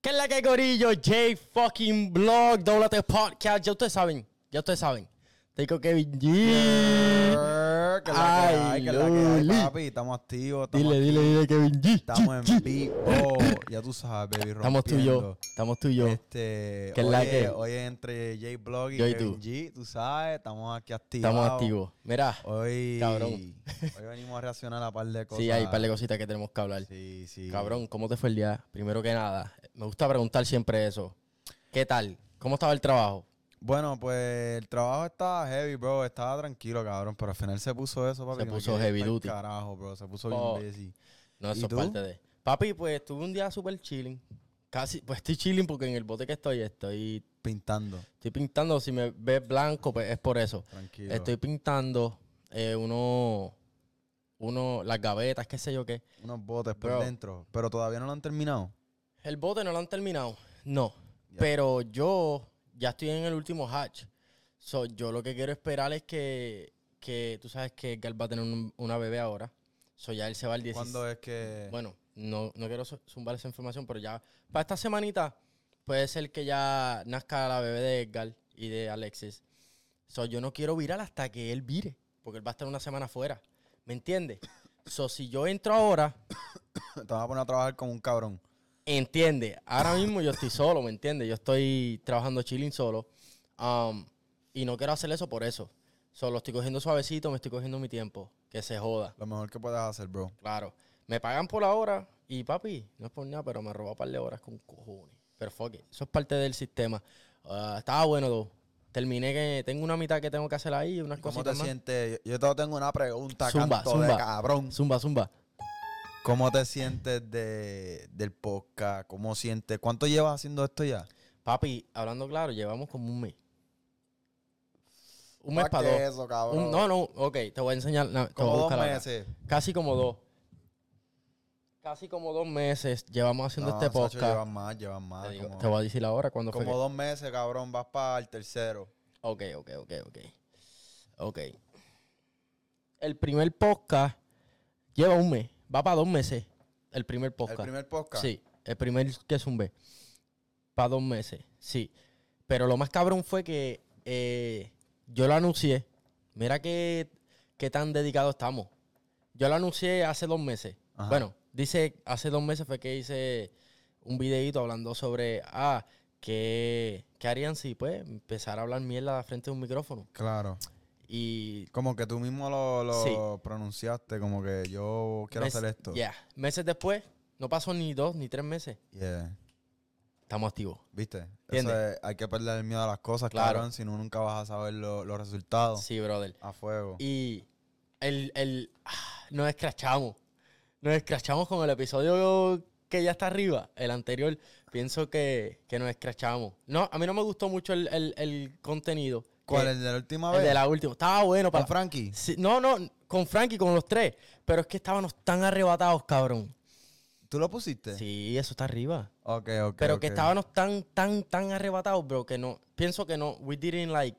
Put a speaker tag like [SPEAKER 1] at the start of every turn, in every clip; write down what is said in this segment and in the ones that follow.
[SPEAKER 1] ¿Qué es la que hay, gorillo? J fucking blog, doblate podcast. Ya ustedes saben, ya ustedes saben. Tico Kevin G.
[SPEAKER 2] Ah, Que la que hay, que la que hay,
[SPEAKER 1] Ay, Loli.
[SPEAKER 2] papi. Estamos activos. Estamos,
[SPEAKER 1] Dile, dile, dile Kevin G.
[SPEAKER 2] estamos
[SPEAKER 1] G,
[SPEAKER 2] en
[SPEAKER 1] G.
[SPEAKER 2] vivo. Ya tú sabes, baby.
[SPEAKER 1] Estamos tú y yo,
[SPEAKER 2] tuyos.
[SPEAKER 1] estamos tú y yo.
[SPEAKER 2] Este,
[SPEAKER 1] Que
[SPEAKER 2] oye,
[SPEAKER 1] la que hay.
[SPEAKER 2] oye, entre J Blog y
[SPEAKER 1] Yo y
[SPEAKER 2] Kevin
[SPEAKER 1] tú.
[SPEAKER 2] G, tú sabes, estamos aquí activos.
[SPEAKER 1] Estamos activos. Mira,
[SPEAKER 2] Hoy,
[SPEAKER 1] Cabrón.
[SPEAKER 2] hoy venimos a reaccionar a un par de cosas.
[SPEAKER 1] sí, hay un par de cositas que tenemos que hablar.
[SPEAKER 2] Sí, sí.
[SPEAKER 1] Cabrón, ¿cómo te fue el día? Primero que nada, me gusta preguntar siempre eso. ¿Qué tal? ¿Cómo estaba el trabajo?
[SPEAKER 2] Bueno, pues el trabajo estaba heavy, bro. Estaba tranquilo, cabrón. Pero al final se puso eso, papi.
[SPEAKER 1] Se
[SPEAKER 2] que me
[SPEAKER 1] puso
[SPEAKER 2] quedé
[SPEAKER 1] heavy
[SPEAKER 2] pa'l
[SPEAKER 1] duty.
[SPEAKER 2] Carajo, bro. Se puso
[SPEAKER 1] Oh.
[SPEAKER 2] bien busy.
[SPEAKER 1] No,
[SPEAKER 2] ¿Y
[SPEAKER 1] eso es
[SPEAKER 2] tú?
[SPEAKER 1] parte de. Papi, pues tuve un día súper chilling. Casi, pues estoy chilling porque en el bote que estoy, estoy,
[SPEAKER 2] Pintando.
[SPEAKER 1] estoy pintando. Si me ves blanco, pues es por eso.
[SPEAKER 2] Tranquilo.
[SPEAKER 1] Estoy pintando eh, uno, uno, las gavetas, qué sé yo qué.
[SPEAKER 2] Unos botes
[SPEAKER 1] Bro.
[SPEAKER 2] por dentro. Pero todavía no lo han terminado.
[SPEAKER 1] El bote no lo han terminado. No.
[SPEAKER 2] Ya.
[SPEAKER 1] Pero yo ya estoy en el último hatch. So, yo lo que quiero esperar es que, que tú sabes que Edgar va a tener un- una bebé ahora. So, ya él se va al 16.
[SPEAKER 2] ¿Cuándo es que.?
[SPEAKER 1] Bueno, no, no quiero zu- zumbar esa información, pero ya para esta semanita puede ser que ya nazca la bebé de Edgar y de Alexis. So, yo no quiero virar hasta que él vire, porque él va a estar una semana fuera. ¿Me entiendes? So, si yo entro ahora,
[SPEAKER 2] Te vas a poner a trabajar con un cabrón.
[SPEAKER 1] entiende. Ahora mismo yo estoy solo, ¿me entiendes? Yo estoy trabajando chilling solo. um, y no quiero hacer eso por eso. Solo estoy cogiendo suavecito, me estoy cogiendo mi tiempo. Que se joda.
[SPEAKER 2] Lo mejor que puedes hacer, bro.
[SPEAKER 1] Claro. Me pagan por la hora y papi, no es por nada, pero me robó un par de horas con cojones. Pero fuck it, Eso es parte del sistema. Ah, estaba bueno, though. Terminé que tengo una mitad que tengo que hacer ahí, unas
[SPEAKER 2] ¿Cómo
[SPEAKER 1] cositas
[SPEAKER 2] te
[SPEAKER 1] más.
[SPEAKER 2] sientes? Yo te tengo una pregunta,
[SPEAKER 1] Zumba,
[SPEAKER 2] canto
[SPEAKER 1] zumba.
[SPEAKER 2] de cabrón.
[SPEAKER 1] Zumba, zumba.
[SPEAKER 2] ¿Cómo te sientes de, del podcast? ¿Cómo sientes? ¿Cuánto llevas haciendo esto ya?
[SPEAKER 1] Papi, hablando claro, llevamos como un mes. Un mes
[SPEAKER 2] Fuck
[SPEAKER 1] para dos.
[SPEAKER 2] eso, cabrón.
[SPEAKER 1] Un- no, no, ok, te voy a enseñar. no, te voy a
[SPEAKER 2] Como dos
[SPEAKER 1] buscar ahora.
[SPEAKER 2] meses.
[SPEAKER 1] Casi como dos. Casi como dos meses llevamos haciendo
[SPEAKER 2] No,
[SPEAKER 1] este
[SPEAKER 2] Sacho,
[SPEAKER 1] podcast.
[SPEAKER 2] Llevan más, llevan más.
[SPEAKER 1] Te, digo-
[SPEAKER 2] como
[SPEAKER 1] te voy a decir ahora cuando fue.
[SPEAKER 2] como
[SPEAKER 1] que-
[SPEAKER 2] dos meses, cabrón. Vas para el tercero.
[SPEAKER 1] Ok, ok, ok, ok. Ok. El primer podcast lleva un mes. Va para dos meses. El primer podcast.
[SPEAKER 2] El primer podcast.
[SPEAKER 1] Sí, el primer que zumbé. Para dos meses, sí. Pero lo más cabrón fue que eh, yo lo anuncié. Mira qué, qué tan dedicados estamos. Yo lo anuncié hace dos meses.
[SPEAKER 2] Ajá.
[SPEAKER 1] Bueno, dice, hace dos meses fue que hice un videito hablando sobre, ah, ¿qué, qué harían si, pues, empezar a hablar mierda frente a un micrófono?
[SPEAKER 2] Claro.
[SPEAKER 1] Y
[SPEAKER 2] Como que tú mismo lo, lo
[SPEAKER 1] Sí.
[SPEAKER 2] pronunciaste, como que yo quiero
[SPEAKER 1] mes-
[SPEAKER 2] hacer esto.
[SPEAKER 1] Ya, meses después, no pasó ni dos ni tres meses,
[SPEAKER 2] Yeah.
[SPEAKER 1] estamos activos.
[SPEAKER 2] ¿Viste? Eso
[SPEAKER 1] ¿Entiendes?
[SPEAKER 2] es- hay que perder el miedo a las cosas,
[SPEAKER 1] Claro.
[SPEAKER 2] cabrón, si no nunca vas a saber lo- los resultados
[SPEAKER 1] Sí, brother.
[SPEAKER 2] a fuego.
[SPEAKER 1] Y el, el, ah, nos escrachamos. Nos escrachamos con el episodio que ya está arriba, el anterior. Pienso que, que nos escrachamos. No, a mí no me gustó mucho el, el- el contenido. que-
[SPEAKER 2] ¿Cuál? ¿El de la última
[SPEAKER 1] el
[SPEAKER 2] vez?
[SPEAKER 1] de la última. Estaba bueno
[SPEAKER 2] ¿Con
[SPEAKER 1] para...
[SPEAKER 2] Frankie?
[SPEAKER 1] Sí, no, no, con Frankie, con los tres. Pero es que estábamos tan arrebatados, cabrón.
[SPEAKER 2] ¿Tú lo pusiste?
[SPEAKER 1] Sí, eso está arriba.
[SPEAKER 2] Ok, ok.
[SPEAKER 1] Pero que
[SPEAKER 2] ok.
[SPEAKER 1] estábamos tan, tan, tan arrebatados, bro, que no... Pienso que no, we didn't like...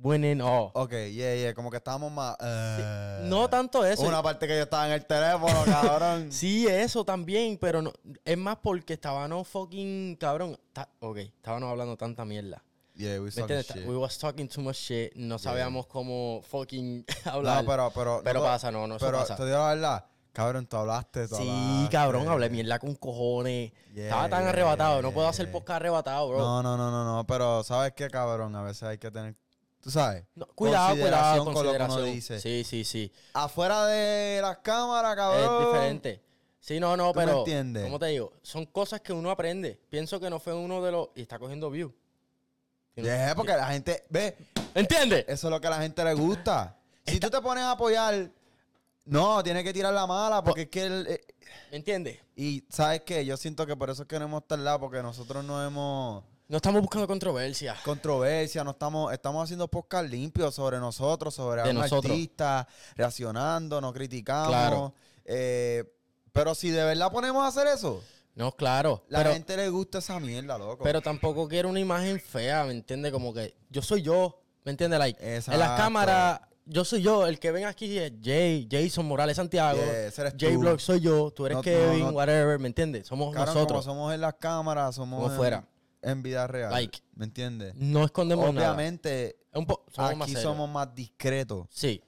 [SPEAKER 1] Winning all.
[SPEAKER 2] Ok, yeah, yeah. Como que estábamos más. eh,
[SPEAKER 1] No tanto eso.
[SPEAKER 2] Una parte que yo estaba en el teléfono, cabrón.
[SPEAKER 1] Sí, eso también, pero no, es más porque estábamos fucking, cabrón, ta- ok, estábamos hablando tanta mierda.
[SPEAKER 2] Yeah, we
[SPEAKER 1] ¿Me
[SPEAKER 2] suck
[SPEAKER 1] entiendes?
[SPEAKER 2] shit.
[SPEAKER 1] We was talking too much shit, no sabíamos cómo fucking hablar.
[SPEAKER 2] No, pero, pero.
[SPEAKER 1] Pero
[SPEAKER 2] no,
[SPEAKER 1] pasa, no, no, eso
[SPEAKER 2] Pero
[SPEAKER 1] pasa.
[SPEAKER 2] te digo la verdad. Cabrón, tú hablaste, tú
[SPEAKER 1] sí,
[SPEAKER 2] hablaste.
[SPEAKER 1] cabrón, hablé mierda con cojones.
[SPEAKER 2] Yeah,
[SPEAKER 1] Estaba tan
[SPEAKER 2] yeah,
[SPEAKER 1] arrebatado,
[SPEAKER 2] yeah,
[SPEAKER 1] no
[SPEAKER 2] yeah,
[SPEAKER 1] puedo hacer
[SPEAKER 2] yeah.
[SPEAKER 1] podcast arrebatado, bro.
[SPEAKER 2] No, no, no, no, no. Pero, ¿sabes qué, cabrón? A veces hay que tener. Tú sabes.
[SPEAKER 1] No, cuidado, cuidado,
[SPEAKER 2] Consideración con lo que uno
[SPEAKER 1] consideración.
[SPEAKER 2] dice.
[SPEAKER 1] Sí, sí, sí.
[SPEAKER 2] Afuera de las cámaras, cabrón.
[SPEAKER 1] Es diferente. Sí, no, no,
[SPEAKER 2] ¿Tú me
[SPEAKER 1] pero.
[SPEAKER 2] entiendes?
[SPEAKER 1] ¿Cómo te digo? Son cosas que uno aprende. Pienso que no fue uno de los. Y está cogiendo view.
[SPEAKER 2] Yeah, porque la gente. Ve,
[SPEAKER 1] ¿Entiendes?
[SPEAKER 2] Eso es lo que a la gente le gusta. Si tú te pones a apoyar, no, tienes que tirar la mala porque es que... el- eh,
[SPEAKER 1] ¿Entiendes?
[SPEAKER 2] y sabes qué, yo siento que por eso es que no hemos tardado, porque nosotros no hemos
[SPEAKER 1] No estamos buscando controversia.
[SPEAKER 2] controversia, no estamos, estamos haciendo podcast limpios sobre nosotros, sobre
[SPEAKER 1] De
[SPEAKER 2] algún
[SPEAKER 1] nosotros.
[SPEAKER 2] artista, reaccionando, no criticamos.
[SPEAKER 1] Claro.
[SPEAKER 2] eh, pero si de verdad ponemos a hacer eso,
[SPEAKER 1] No, claro.
[SPEAKER 2] la
[SPEAKER 1] pero,
[SPEAKER 2] gente le gusta esa mierda, loco.
[SPEAKER 1] pero tampoco quiero una imagen fea, ¿me entiendes? Como que yo soy yo, ¿me entiendes? Like, en las
[SPEAKER 2] Exacto.
[SPEAKER 1] cámaras yo soy yo, el que ven aquí es Jay, Jason Morales Santiago,
[SPEAKER 2] Yeah, ese eres
[SPEAKER 1] Jay
[SPEAKER 2] tú.
[SPEAKER 1] Block soy yo, tú eres
[SPEAKER 2] No, no,
[SPEAKER 1] Kevin,
[SPEAKER 2] no.
[SPEAKER 1] whatever, ¿me entiendes? Somos
[SPEAKER 2] Cabrón, como
[SPEAKER 1] nosotros,
[SPEAKER 2] somos en las cámaras, somos
[SPEAKER 1] Como
[SPEAKER 2] en-
[SPEAKER 1] fuera.
[SPEAKER 2] en vida real.
[SPEAKER 1] Like.
[SPEAKER 2] ¿Me entiendes?
[SPEAKER 1] no escondemos nada.
[SPEAKER 2] Obviamente,
[SPEAKER 1] Es un po- somos más
[SPEAKER 2] aquí
[SPEAKER 1] serios.
[SPEAKER 2] somos más discretos.
[SPEAKER 1] Sí.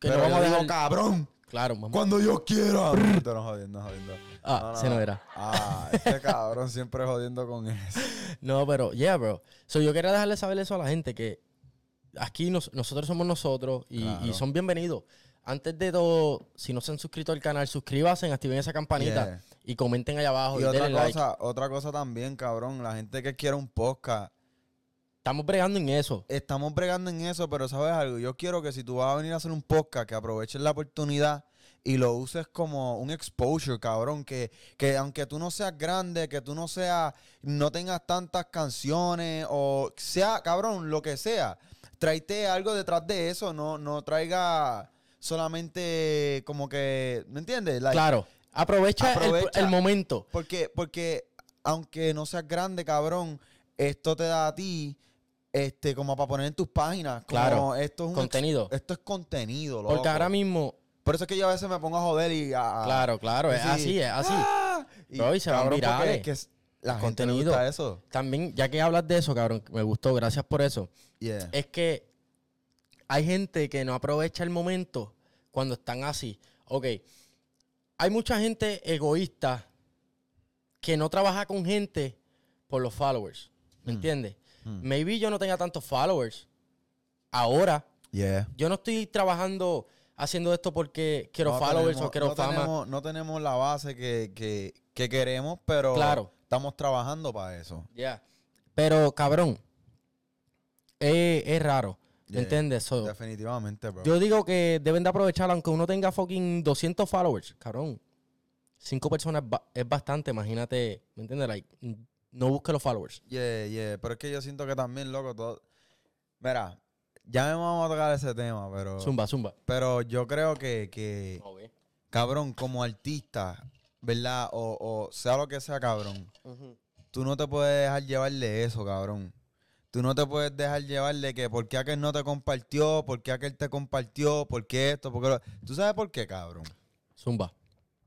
[SPEAKER 1] Que
[SPEAKER 2] pero
[SPEAKER 1] no vamos a
[SPEAKER 2] yo digo,
[SPEAKER 1] dejar...
[SPEAKER 2] cabrón,
[SPEAKER 1] Claro, vamos.
[SPEAKER 2] cuando yo quiera. Pero no jodiendo, no jodiendo.
[SPEAKER 1] Ah,
[SPEAKER 2] No, no,
[SPEAKER 1] se no era.
[SPEAKER 2] Ah, este cabrón siempre jodiendo con eso.
[SPEAKER 1] No, pero, yeah, bro. So, yo quería dejarle saber eso a la gente, que aquí nos- nosotros somos nosotros y,
[SPEAKER 2] Claro.
[SPEAKER 1] y son bienvenidos. Antes de todo, si no se han suscrito al canal, suscríbanse, activen esa campanita
[SPEAKER 2] Yeah.
[SPEAKER 1] y comenten allá abajo y,
[SPEAKER 2] Y otra
[SPEAKER 1] denle like.
[SPEAKER 2] cosa, otra cosa también, cabrón. La gente que quiere un podcast,
[SPEAKER 1] Estamos bregando en eso.
[SPEAKER 2] estamos bregando en eso, pero sabes algo, yo quiero que si tú vas a venir a hacer un podcast, que aproveches la oportunidad y lo uses como un exposure, cabrón, que, que aunque tú no seas grande, que tú no seas, no tengas tantas canciones o sea, cabrón, lo que sea, tráete algo detrás de eso, no, no traiga solamente como que, ¿me entiendes? Like,
[SPEAKER 1] claro. Aprovecha, el-
[SPEAKER 2] Aprovecha.
[SPEAKER 1] El, momento.
[SPEAKER 2] Porque, porque aunque no seas grande, cabrón, esto te da a ti, este, como para poner en tus páginas. como
[SPEAKER 1] Claro,
[SPEAKER 2] Esto es un
[SPEAKER 1] contenido.
[SPEAKER 2] esto es contenido, loco.
[SPEAKER 1] Porque ahora mismo,
[SPEAKER 2] Por eso es que yo a veces me pongo a joder y a. a-
[SPEAKER 1] claro, claro, es
[SPEAKER 2] sí.
[SPEAKER 1] así, es así.
[SPEAKER 2] ¡Ah!
[SPEAKER 1] Bro, y se van
[SPEAKER 2] cabrón, porque
[SPEAKER 1] virales.
[SPEAKER 2] es que es- la gente
[SPEAKER 1] Contenido.
[SPEAKER 2] le gusta eso.
[SPEAKER 1] También, ya que hablas de eso, cabrón, que me gustó, gracias por eso.
[SPEAKER 2] Yeah.
[SPEAKER 1] es que hay gente que no aprovecha el momento cuando están así. Ok, hay mucha gente egoísta que no trabaja con gente por los followers. ¿Me
[SPEAKER 2] Mm.
[SPEAKER 1] entiendes?
[SPEAKER 2] Mm.
[SPEAKER 1] Maybe yo no tenga tantos followers. Ahora,
[SPEAKER 2] Yeah.
[SPEAKER 1] yo no estoy trabajando haciendo esto porque quiero
[SPEAKER 2] No
[SPEAKER 1] followers
[SPEAKER 2] tenemos-
[SPEAKER 1] o quiero
[SPEAKER 2] no
[SPEAKER 1] fama.
[SPEAKER 2] Tenemos, no tenemos la base que, que, que queremos, pero
[SPEAKER 1] Claro.
[SPEAKER 2] estamos trabajando para eso.
[SPEAKER 1] Ya. Pero, cabrón, es, es raro. ¿Me
[SPEAKER 2] Yeah.
[SPEAKER 1] entiendes? So,
[SPEAKER 2] Definitivamente, bro.
[SPEAKER 1] Yo digo que deben de aprovechar, aunque uno tenga fucking 200 followers, cabrón. Cinco personas ba- es bastante, imagínate, ¿me entiendes? Like, n- no busque los followers.
[SPEAKER 2] Yeah, yeah. Pero es que yo siento que también, loco, todo. Mira, ya me vamos a tocar ese tema, pero.
[SPEAKER 1] Zumba, zumba.
[SPEAKER 2] Pero yo creo que, que, cabrón, como artista, ¿verdad? O, o sea lo que sea, cabrón.
[SPEAKER 1] Ujú.
[SPEAKER 2] Tú no te puedes dejar llevarle eso, cabrón. Tú no te puedes dejar llevarle que por qué aquel no te compartió, por qué aquel te compartió, por qué esto, por qué lo... ¿Tú sabes por qué, cabrón?
[SPEAKER 1] Zumba.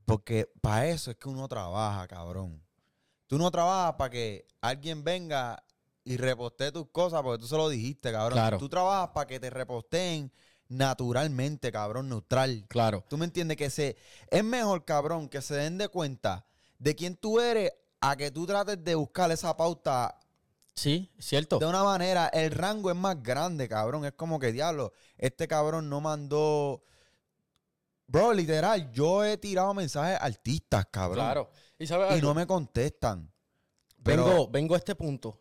[SPEAKER 2] Porque para eso es que uno trabaja, cabrón. Tú no trabajas para que alguien venga y repostee tus cosas porque tú se lo dijiste, cabrón.
[SPEAKER 1] Claro.
[SPEAKER 2] Tú trabajas para que te reposteen naturalmente, cabrón, neutral.
[SPEAKER 1] Claro,
[SPEAKER 2] ¿Tú me entiendes? Que se, es mejor, cabrón, que se den de cuenta de quién tú eres a que tú trates de buscar esa pauta
[SPEAKER 1] sí, cierto.
[SPEAKER 2] de una manera, el rango es más grande, cabrón. Es como que, diablo, este cabrón no mandó. Bro, literal, yo he tirado mensajes a artistas, cabrón.
[SPEAKER 1] Claro. Y sabes,
[SPEAKER 2] Y
[SPEAKER 1] algo?
[SPEAKER 2] no me contestan. Pero,
[SPEAKER 1] vengo, vengo a este punto.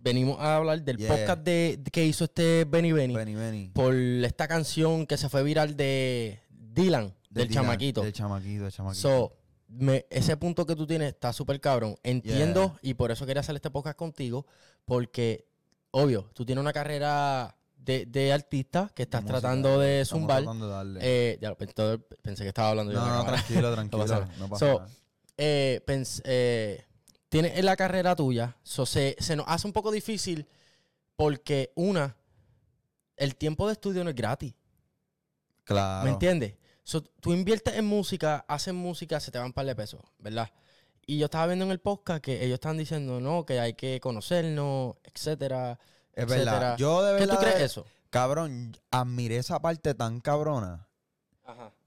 [SPEAKER 1] Venimos a hablar del
[SPEAKER 2] Yeah.
[SPEAKER 1] podcast de, de que hizo este Benny Benny
[SPEAKER 2] Vení, vení.
[SPEAKER 1] por esta canción que se fue viral de Dylan, del
[SPEAKER 2] Dylan,
[SPEAKER 1] chamaquito.
[SPEAKER 2] Del chamaquito, del chamaquito.
[SPEAKER 1] So, me- ese punto que tú tienes está súper cabrón. Entiendo y por eso quería hacer este podcast contigo, porque, obvio, tú tienes una carrera de, de artista que estás
[SPEAKER 2] Estamos
[SPEAKER 1] tratando
[SPEAKER 2] tratando-
[SPEAKER 1] de
[SPEAKER 2] estamos
[SPEAKER 1] zumbar.
[SPEAKER 2] tratando de darle.
[SPEAKER 1] Eh, ya lo pensé, todo- pensé que estaba hablando yo. en la
[SPEAKER 2] no, no,
[SPEAKER 1] cámara.
[SPEAKER 2] tranquilo, tranquilo.
[SPEAKER 1] pasa nada.
[SPEAKER 2] no pasa
[SPEAKER 1] So,
[SPEAKER 2] nada.
[SPEAKER 1] Eh, pens- eh, tienes en la carrera tuya, so se, se nos hace un poco difícil porque, una, el tiempo de estudio no es gratis.
[SPEAKER 2] Claro.
[SPEAKER 1] ¿Me entiendes? So, tú inviertes en música, haces música, se te van un par de pesos, ¿verdad? Y yo estaba viendo en el podcast que ellos estaban diciendo, no, que hay que conocernos, etcétera,
[SPEAKER 2] Es
[SPEAKER 1] etcétera.
[SPEAKER 2] verdad. Yo de
[SPEAKER 1] ¿Qué
[SPEAKER 2] verdad.
[SPEAKER 1] tú crees eso?
[SPEAKER 2] Cabrón, admiré esa parte tan cabrona.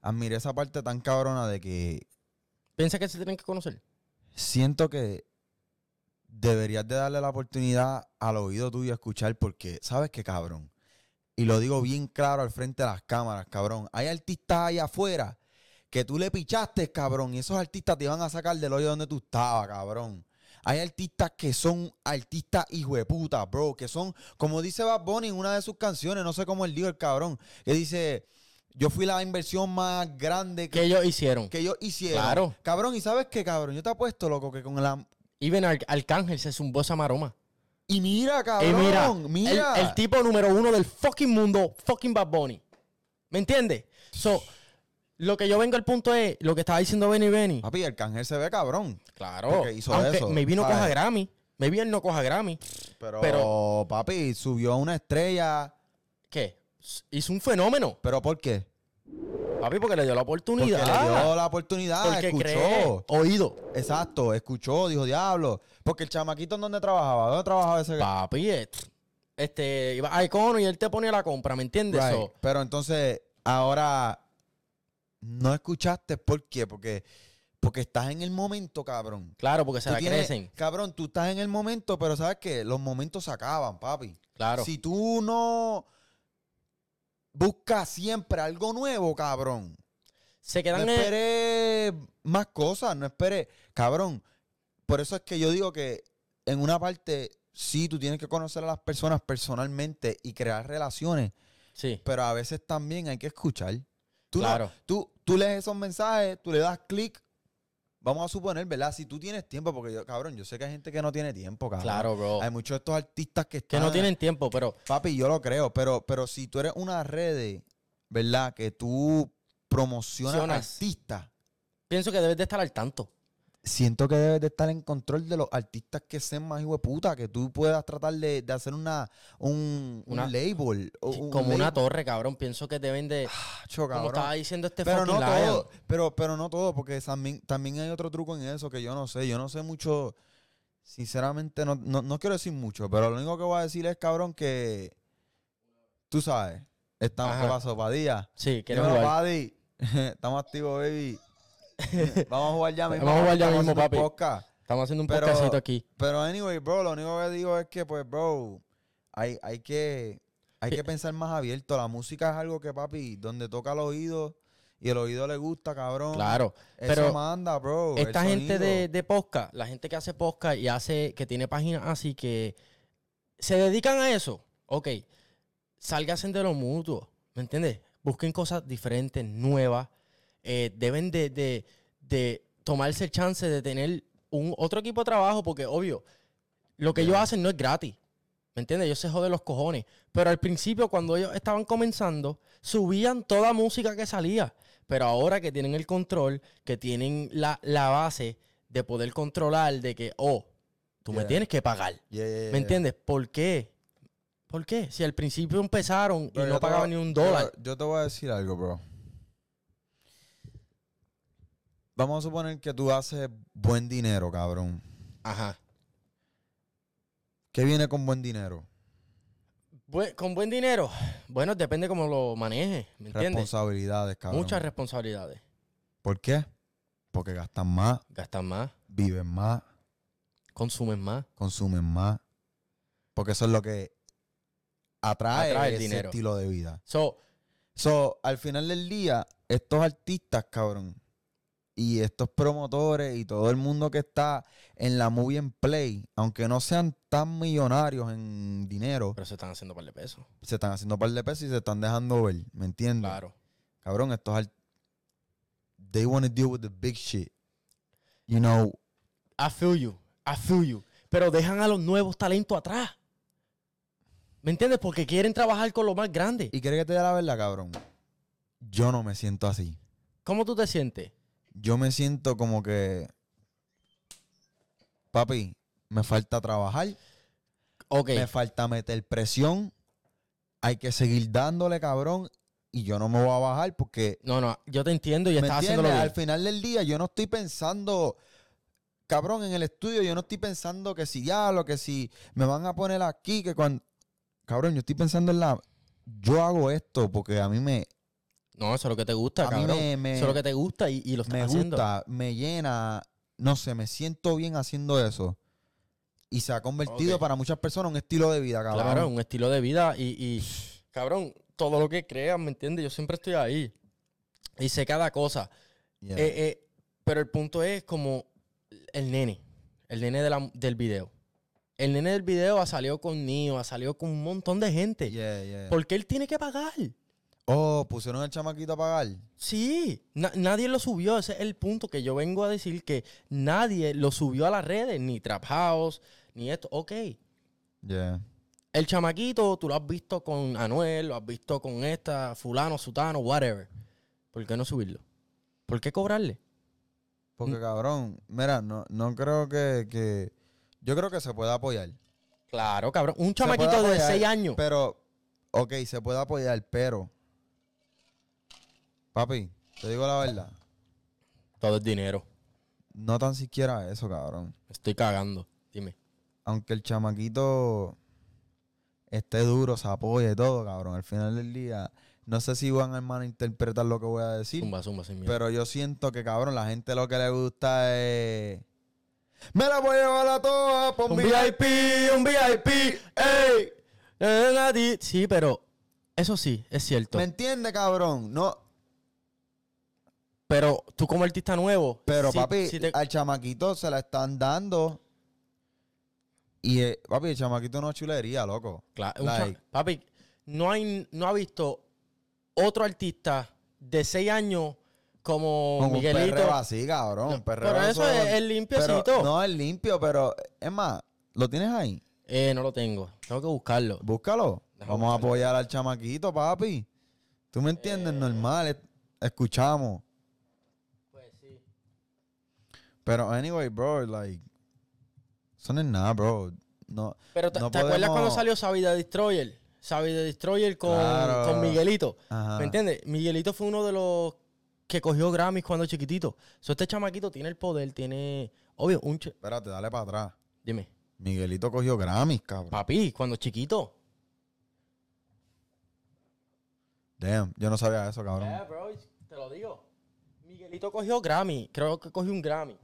[SPEAKER 2] Admiré esa parte tan cabrona de que
[SPEAKER 1] Piensa que se tienen que conocer.
[SPEAKER 2] siento que deberías de darle la oportunidad al oído tuyo a escuchar porque, ¿sabes qué, cabrón? Y lo digo bien claro al frente de las cámaras, cabrón. Hay artistas allá afuera que tú le pichaste, cabrón, y esos artistas te van a sacar del hoyo donde tú estabas, cabrón. Hay artistas que son artistas hijo de puta, bro, que son, como dice Bad Bunny en una de sus canciones, no sé cómo él dijo el cabrón, que dice, yo fui la inversión más grande que,
[SPEAKER 1] ¿Qué ellos hicieron?
[SPEAKER 2] que ellos hicieron.
[SPEAKER 1] Claro.
[SPEAKER 2] Cabrón, ¿y sabes qué, cabrón? Yo te apuesto, loco, que con la...
[SPEAKER 1] Even Ar- Arcángel se zumbó esa maroma.
[SPEAKER 2] Y mira, cabrón,
[SPEAKER 1] Y mira,
[SPEAKER 2] mira.
[SPEAKER 1] el- El, tipo número uno del fucking mundo, fucking Bad Bunny. ¿Me entiendes? So, lo que yo vengo al punto es lo que estaba diciendo Benny Benny.
[SPEAKER 2] Papi, el cángel se ve cabrón.
[SPEAKER 1] Claro.
[SPEAKER 2] Porque hizo
[SPEAKER 1] Aunque
[SPEAKER 2] eso,
[SPEAKER 1] maybe no
[SPEAKER 2] ¿sabes?
[SPEAKER 1] coja Grammy. Maybe él no coja Grammy.
[SPEAKER 2] Pero,
[SPEAKER 1] Pero-
[SPEAKER 2] papi, subió a una estrella.
[SPEAKER 1] ¿Qué? s- hizo un fenómeno.
[SPEAKER 2] ¿Pero por qué?
[SPEAKER 1] Papi, porque le dio la
[SPEAKER 2] Porque le
[SPEAKER 1] oportunidad. Ah,
[SPEAKER 2] dio la oportunidad,
[SPEAKER 1] Porque
[SPEAKER 2] escuchó.
[SPEAKER 1] cree. Oído.
[SPEAKER 2] Exacto, escuchó, dijo diablo. Porque el chamaquito en dónde trabajaba, ¿dónde trabajaba ese
[SPEAKER 1] Papi, eh, este, iba a Icono y él te pone la compra, ¿me entiendes?
[SPEAKER 2] Right,
[SPEAKER 1] So,
[SPEAKER 2] Pero entonces, ahora no escuchaste por qué, porque, porque estás en el momento, cabrón.
[SPEAKER 1] claro, porque se
[SPEAKER 2] Tú
[SPEAKER 1] la
[SPEAKER 2] tienes-
[SPEAKER 1] crecen.
[SPEAKER 2] Cabrón, tú estás en el momento, pero sabes que los momentos se acaban, papi.
[SPEAKER 1] Claro.
[SPEAKER 2] Si tú no buscas siempre algo nuevo, cabrón.
[SPEAKER 1] se
[SPEAKER 2] No
[SPEAKER 1] quedan en-
[SPEAKER 2] esperes más cosas, no esperes. Cabrón, por eso es que yo digo que en una parte, sí, tú tienes que conocer a las personas personalmente y crear relaciones,
[SPEAKER 1] Sí,
[SPEAKER 2] pero a veces también hay que escuchar. Tú, no-
[SPEAKER 1] claro.
[SPEAKER 2] tú, tú lees esos mensajes, tú le das clic. Vamos a suponer, ¿verdad? Si tú tienes tiempo, porque yo, cabrón, yo sé que hay gente que no tiene tiempo, cabrón.
[SPEAKER 1] Claro, bro.
[SPEAKER 2] Hay muchos de estos artistas que
[SPEAKER 1] Que
[SPEAKER 2] están.
[SPEAKER 1] no tienen tiempo, pero
[SPEAKER 2] Papi, yo lo creo, pero, pero si tú eres una red, ¿verdad? Que tú promocionas
[SPEAKER 1] Promocionas.
[SPEAKER 2] artistas,
[SPEAKER 1] pienso que debes de estar al tanto.
[SPEAKER 2] siento que debes de estar en control de los artistas que sean más hijo de puta, que tú puedas tratar de, de hacer una, un, un
[SPEAKER 1] Una-
[SPEAKER 2] label. o
[SPEAKER 1] Sí,
[SPEAKER 2] un
[SPEAKER 1] como una
[SPEAKER 2] label.
[SPEAKER 1] torre, cabrón. Pienso que deben de.
[SPEAKER 2] Acho,
[SPEAKER 1] Como
[SPEAKER 2] uh, cabrón.
[SPEAKER 1] estaba diciendo este
[SPEAKER 2] pero no
[SPEAKER 1] fucking lion.
[SPEAKER 2] todo, pero, pero no todo, porque también, también hay otro truco en eso que yo no sé. Yo no sé mucho. Sinceramente, no, no, no quiero decir mucho, pero lo único que voy a decir es, cabrón, que tú sabes. Estamos,
[SPEAKER 1] Ajá.
[SPEAKER 2] ¿qué pasó, Padilla?
[SPEAKER 1] Sí, quiero
[SPEAKER 2] Dímelo,
[SPEAKER 1] jugar.
[SPEAKER 2] Paddy. Estamos activos, baby. Vamos a jugar ya mismo.
[SPEAKER 1] Vamos a jugar ya
[SPEAKER 2] Estamos
[SPEAKER 1] mismo,
[SPEAKER 2] haciendo
[SPEAKER 1] papi.
[SPEAKER 2] un podcast.
[SPEAKER 1] Estamos haciendo un
[SPEAKER 2] Pero-
[SPEAKER 1] podcastito aquí.
[SPEAKER 2] Pero, anyway, bro, lo único que digo es que, pues, bro, hay, hay que, hay
[SPEAKER 1] Eh.
[SPEAKER 2] que pensar más abierto. La música es algo que, papi, donde toca el oído y el oído le gusta, cabrón.
[SPEAKER 1] Claro.
[SPEAKER 2] Eso
[SPEAKER 1] pero
[SPEAKER 2] manda, bro. el
[SPEAKER 1] Esta gente de,
[SPEAKER 2] sonido.
[SPEAKER 1] de podcast, la gente que hace podcast y hace, que tiene páginas así que se dedican a eso. Ok, sálganse de lo mutuo, ¿me entiendes? Busquen cosas diferentes, nuevas. Eh, deben de, de- de tomarse el chance de tener un otro equipo de trabajo porque, obvio, lo que ellos
[SPEAKER 2] Ya.
[SPEAKER 1] hacen no es gratis. ¿Me entiendes? Ellos se joden los cojones. Pero al principio, cuando ellos estaban comenzando, subían toda música que salía. Pero ahora que tienen el control, que tienen la, la base de poder controlar, de que, oh, tú me
[SPEAKER 2] Yeah.
[SPEAKER 1] tienes que pagar.
[SPEAKER 2] Yeah, yeah,
[SPEAKER 1] ¿Me
[SPEAKER 2] yeah.
[SPEAKER 1] entiendes? ¿Por qué? ¿Por qué? Si al principio empezaron
[SPEAKER 2] Pero
[SPEAKER 1] y
[SPEAKER 2] yo
[SPEAKER 1] no
[SPEAKER 2] te
[SPEAKER 1] pagaban
[SPEAKER 2] voy-
[SPEAKER 1] ni un
[SPEAKER 2] yo-
[SPEAKER 1] dólar.
[SPEAKER 2] Yo, te voy a decir algo, bro. Vamos a suponer que tú haces buen dinero, cabrón.
[SPEAKER 1] Ajá.
[SPEAKER 2] ¿Qué viene con buen dinero?
[SPEAKER 1] Bue- con buen dinero. Bueno, depende cómo lo manejes. ¿Me entiendes?
[SPEAKER 2] Responsabilidades, cabrón.
[SPEAKER 1] Muchas responsabilidades.
[SPEAKER 2] ¿Por qué? Porque gastan más,
[SPEAKER 1] Gastan más,
[SPEAKER 2] viven más,
[SPEAKER 1] consumen más.
[SPEAKER 2] consumen más. Porque eso es lo que atrae,
[SPEAKER 1] Atrae el
[SPEAKER 2] ese
[SPEAKER 1] dinero.
[SPEAKER 2] estilo de vida.
[SPEAKER 1] So,
[SPEAKER 2] So, al final del día, estos artistas, cabrón, y estos promotores y todo el mundo que está en la movie en play, aunque no sean tan millonarios en dinero,
[SPEAKER 1] pero se están haciendo par de pesos.
[SPEAKER 2] se están haciendo par de pesos y se están dejando ver, ¿me entiendes?
[SPEAKER 1] Claro.
[SPEAKER 2] cabrón, estos al... They want to deal with the big shit. You know,
[SPEAKER 1] I feel you. I feel you. Pero dejan a los nuevos talentos atrás. ¿Me entiendes? Porque quieren trabajar con lo más grande.
[SPEAKER 2] y quiere que te dé la verdad, cabrón. Yo no me siento así.
[SPEAKER 1] ¿Cómo tú te sientes?
[SPEAKER 2] Yo me siento como que. Papi, me falta trabajar,
[SPEAKER 1] Ok.
[SPEAKER 2] me falta meter presión. Hay que seguir dándole, cabrón. Y yo no me voy a bajar porque
[SPEAKER 1] No, no, yo te entiendo y
[SPEAKER 2] ¿Me
[SPEAKER 1] estás haciéndolo
[SPEAKER 2] entiendes?
[SPEAKER 1] bien.
[SPEAKER 2] Al final del día yo no estoy pensando, cabrón, en el estudio, yo no estoy pensando que si ya lo que si me van a poner aquí, que cuando... Cabrón, yo estoy pensando en la... Yo hago esto porque a mí me,
[SPEAKER 1] No, eso es lo que te gusta,
[SPEAKER 2] A mí
[SPEAKER 1] cabrón.
[SPEAKER 2] me- me-
[SPEAKER 1] Eso es lo que te gusta y, y lo estás
[SPEAKER 2] me
[SPEAKER 1] haciendo.
[SPEAKER 2] gusta, me llena, no sé, me siento bien haciendo eso. Y se ha convertido
[SPEAKER 1] Ok.
[SPEAKER 2] para muchas personas en un estilo de vida, cabrón.
[SPEAKER 1] Claro, un estilo de vida y, y, cabrón, todo lo que creas, ¿me entiendes? Yo siempre estoy ahí y sé cada cosa.
[SPEAKER 2] Yeah.
[SPEAKER 1] Eh, eh, pero el punto es como el nene, el nene de la- del video. El nene del video ha salido con Nio, ha salido con un montón de gente.
[SPEAKER 2] Yeah, yeah.
[SPEAKER 1] ¿Por qué él tiene que pagar?
[SPEAKER 2] Oh, pusieron el chamaquito a pagar.
[SPEAKER 1] Sí, na- nadie lo subió. Ese es el punto que yo vengo a decir que nadie lo subió a las redes, ni Trap House, ni esto. Ok,
[SPEAKER 2] Yeah.
[SPEAKER 1] el chamaquito tú lo has visto con Anuel, lo has visto con esta, fulano, sutano, whatever. ¿Por qué no subirlo? ¿Por qué cobrarle? Mm.
[SPEAKER 2] Porque, cabrón, mira, no, no creo que, que... Yo creo que se puede apoyar.
[SPEAKER 1] Claro, cabrón. Un
[SPEAKER 2] Se puede
[SPEAKER 1] chamaquito de
[SPEAKER 2] apoyar,
[SPEAKER 1] 6 años.
[SPEAKER 2] Pero ok, se puede apoyar, pero. Papi, te digo la verdad.
[SPEAKER 1] Todo es dinero.
[SPEAKER 2] No tan siquiera eso, cabrón.
[SPEAKER 1] Estoy cagando. Dime.
[SPEAKER 2] Aunque el chamaquito esté duro, se apoye todo, cabrón. Al final del día, no sé si van a malinterpretar lo que voy a decir.
[SPEAKER 1] Zumba, zumba, sin miedo.
[SPEAKER 2] Pero yo siento que, cabrón, la gente lo que le gusta es. Me la voy a llevar a pues toa por
[SPEAKER 1] Un
[SPEAKER 2] un
[SPEAKER 1] VIP, un VIP, ey. Eh, nadie- Sí, pero eso sí, es cierto.
[SPEAKER 2] ¿Me entiendes, cabrón? No,
[SPEAKER 1] Pero tú como artista nuevo.
[SPEAKER 2] pero
[SPEAKER 1] si-
[SPEAKER 2] papi,
[SPEAKER 1] si te-
[SPEAKER 2] al chamaquito se la están dando. Y eh, papi, el chamaquito no es chulería, loco.
[SPEAKER 1] Cla- un
[SPEAKER 2] Like.
[SPEAKER 1] cha- Papi, no, hay, no ha visto otro artista de seis años como,
[SPEAKER 2] Como un
[SPEAKER 1] Miguelito.
[SPEAKER 2] perreo así, cabrón. un
[SPEAKER 1] No,
[SPEAKER 2] perreo
[SPEAKER 1] pero eso
[SPEAKER 2] solo-
[SPEAKER 1] es, es limpiecito.
[SPEAKER 2] pero- No, es limpio, pero es más, ¿lo tienes ahí?
[SPEAKER 1] Eh, no lo tengo. Tengo que buscarlo.
[SPEAKER 2] Búscalo.
[SPEAKER 1] Déjame
[SPEAKER 2] Vamos a
[SPEAKER 1] buscarlo. Eh.
[SPEAKER 2] apoyar al chamaquito, papi. ¿Tú me entiendes? Normal, es- escuchamos.
[SPEAKER 1] Pues sí.
[SPEAKER 2] Pero anyway, bro, like. Eso no es nada, bro. No,
[SPEAKER 1] Pero te,
[SPEAKER 2] No
[SPEAKER 1] ¿te acuerdas
[SPEAKER 2] podemos-
[SPEAKER 1] cuando salió Sabi de Destroyer? Sabi de Destroyer con,
[SPEAKER 2] Claro.
[SPEAKER 1] con Miguelito.
[SPEAKER 2] ajá.
[SPEAKER 1] ¿Me entiendes? Miguelito fue uno de los que cogió Grammys cuando chiquitito. So, este chamaquito tiene el poder, tiene. Obvio, un. ch-
[SPEAKER 2] Espérate, dale para atrás.
[SPEAKER 1] Dime.
[SPEAKER 2] Miguelito cogió Grammys, cabrón.
[SPEAKER 1] Papi, cuando chiquito.
[SPEAKER 2] Damn, yo no sabía eso, cabrón.
[SPEAKER 1] Eh, bro, te lo digo. Miguelito cogió Grammy. Creo que cogió un Grammy.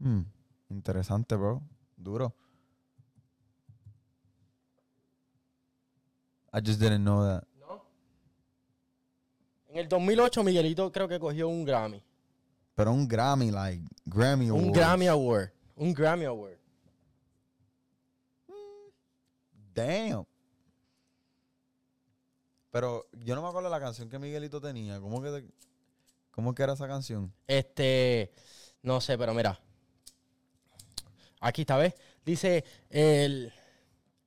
[SPEAKER 2] Mm, interesante, bro. Duro. I just didn't know that.
[SPEAKER 1] ¿No? En el 2008, Miguelito creo que cogió un Grammy.
[SPEAKER 2] Pero un Grammy, like, Grammy
[SPEAKER 1] Un
[SPEAKER 2] Awards.
[SPEAKER 1] Grammy Award. Un Grammy Award.
[SPEAKER 2] Damn. Pero yo no me acuerdo la canción que Miguelito tenía. ¿Cómo que, te- cómo que era esa canción?
[SPEAKER 1] Este, no sé, pero mira. Aquí está, ¿ves? Dice el,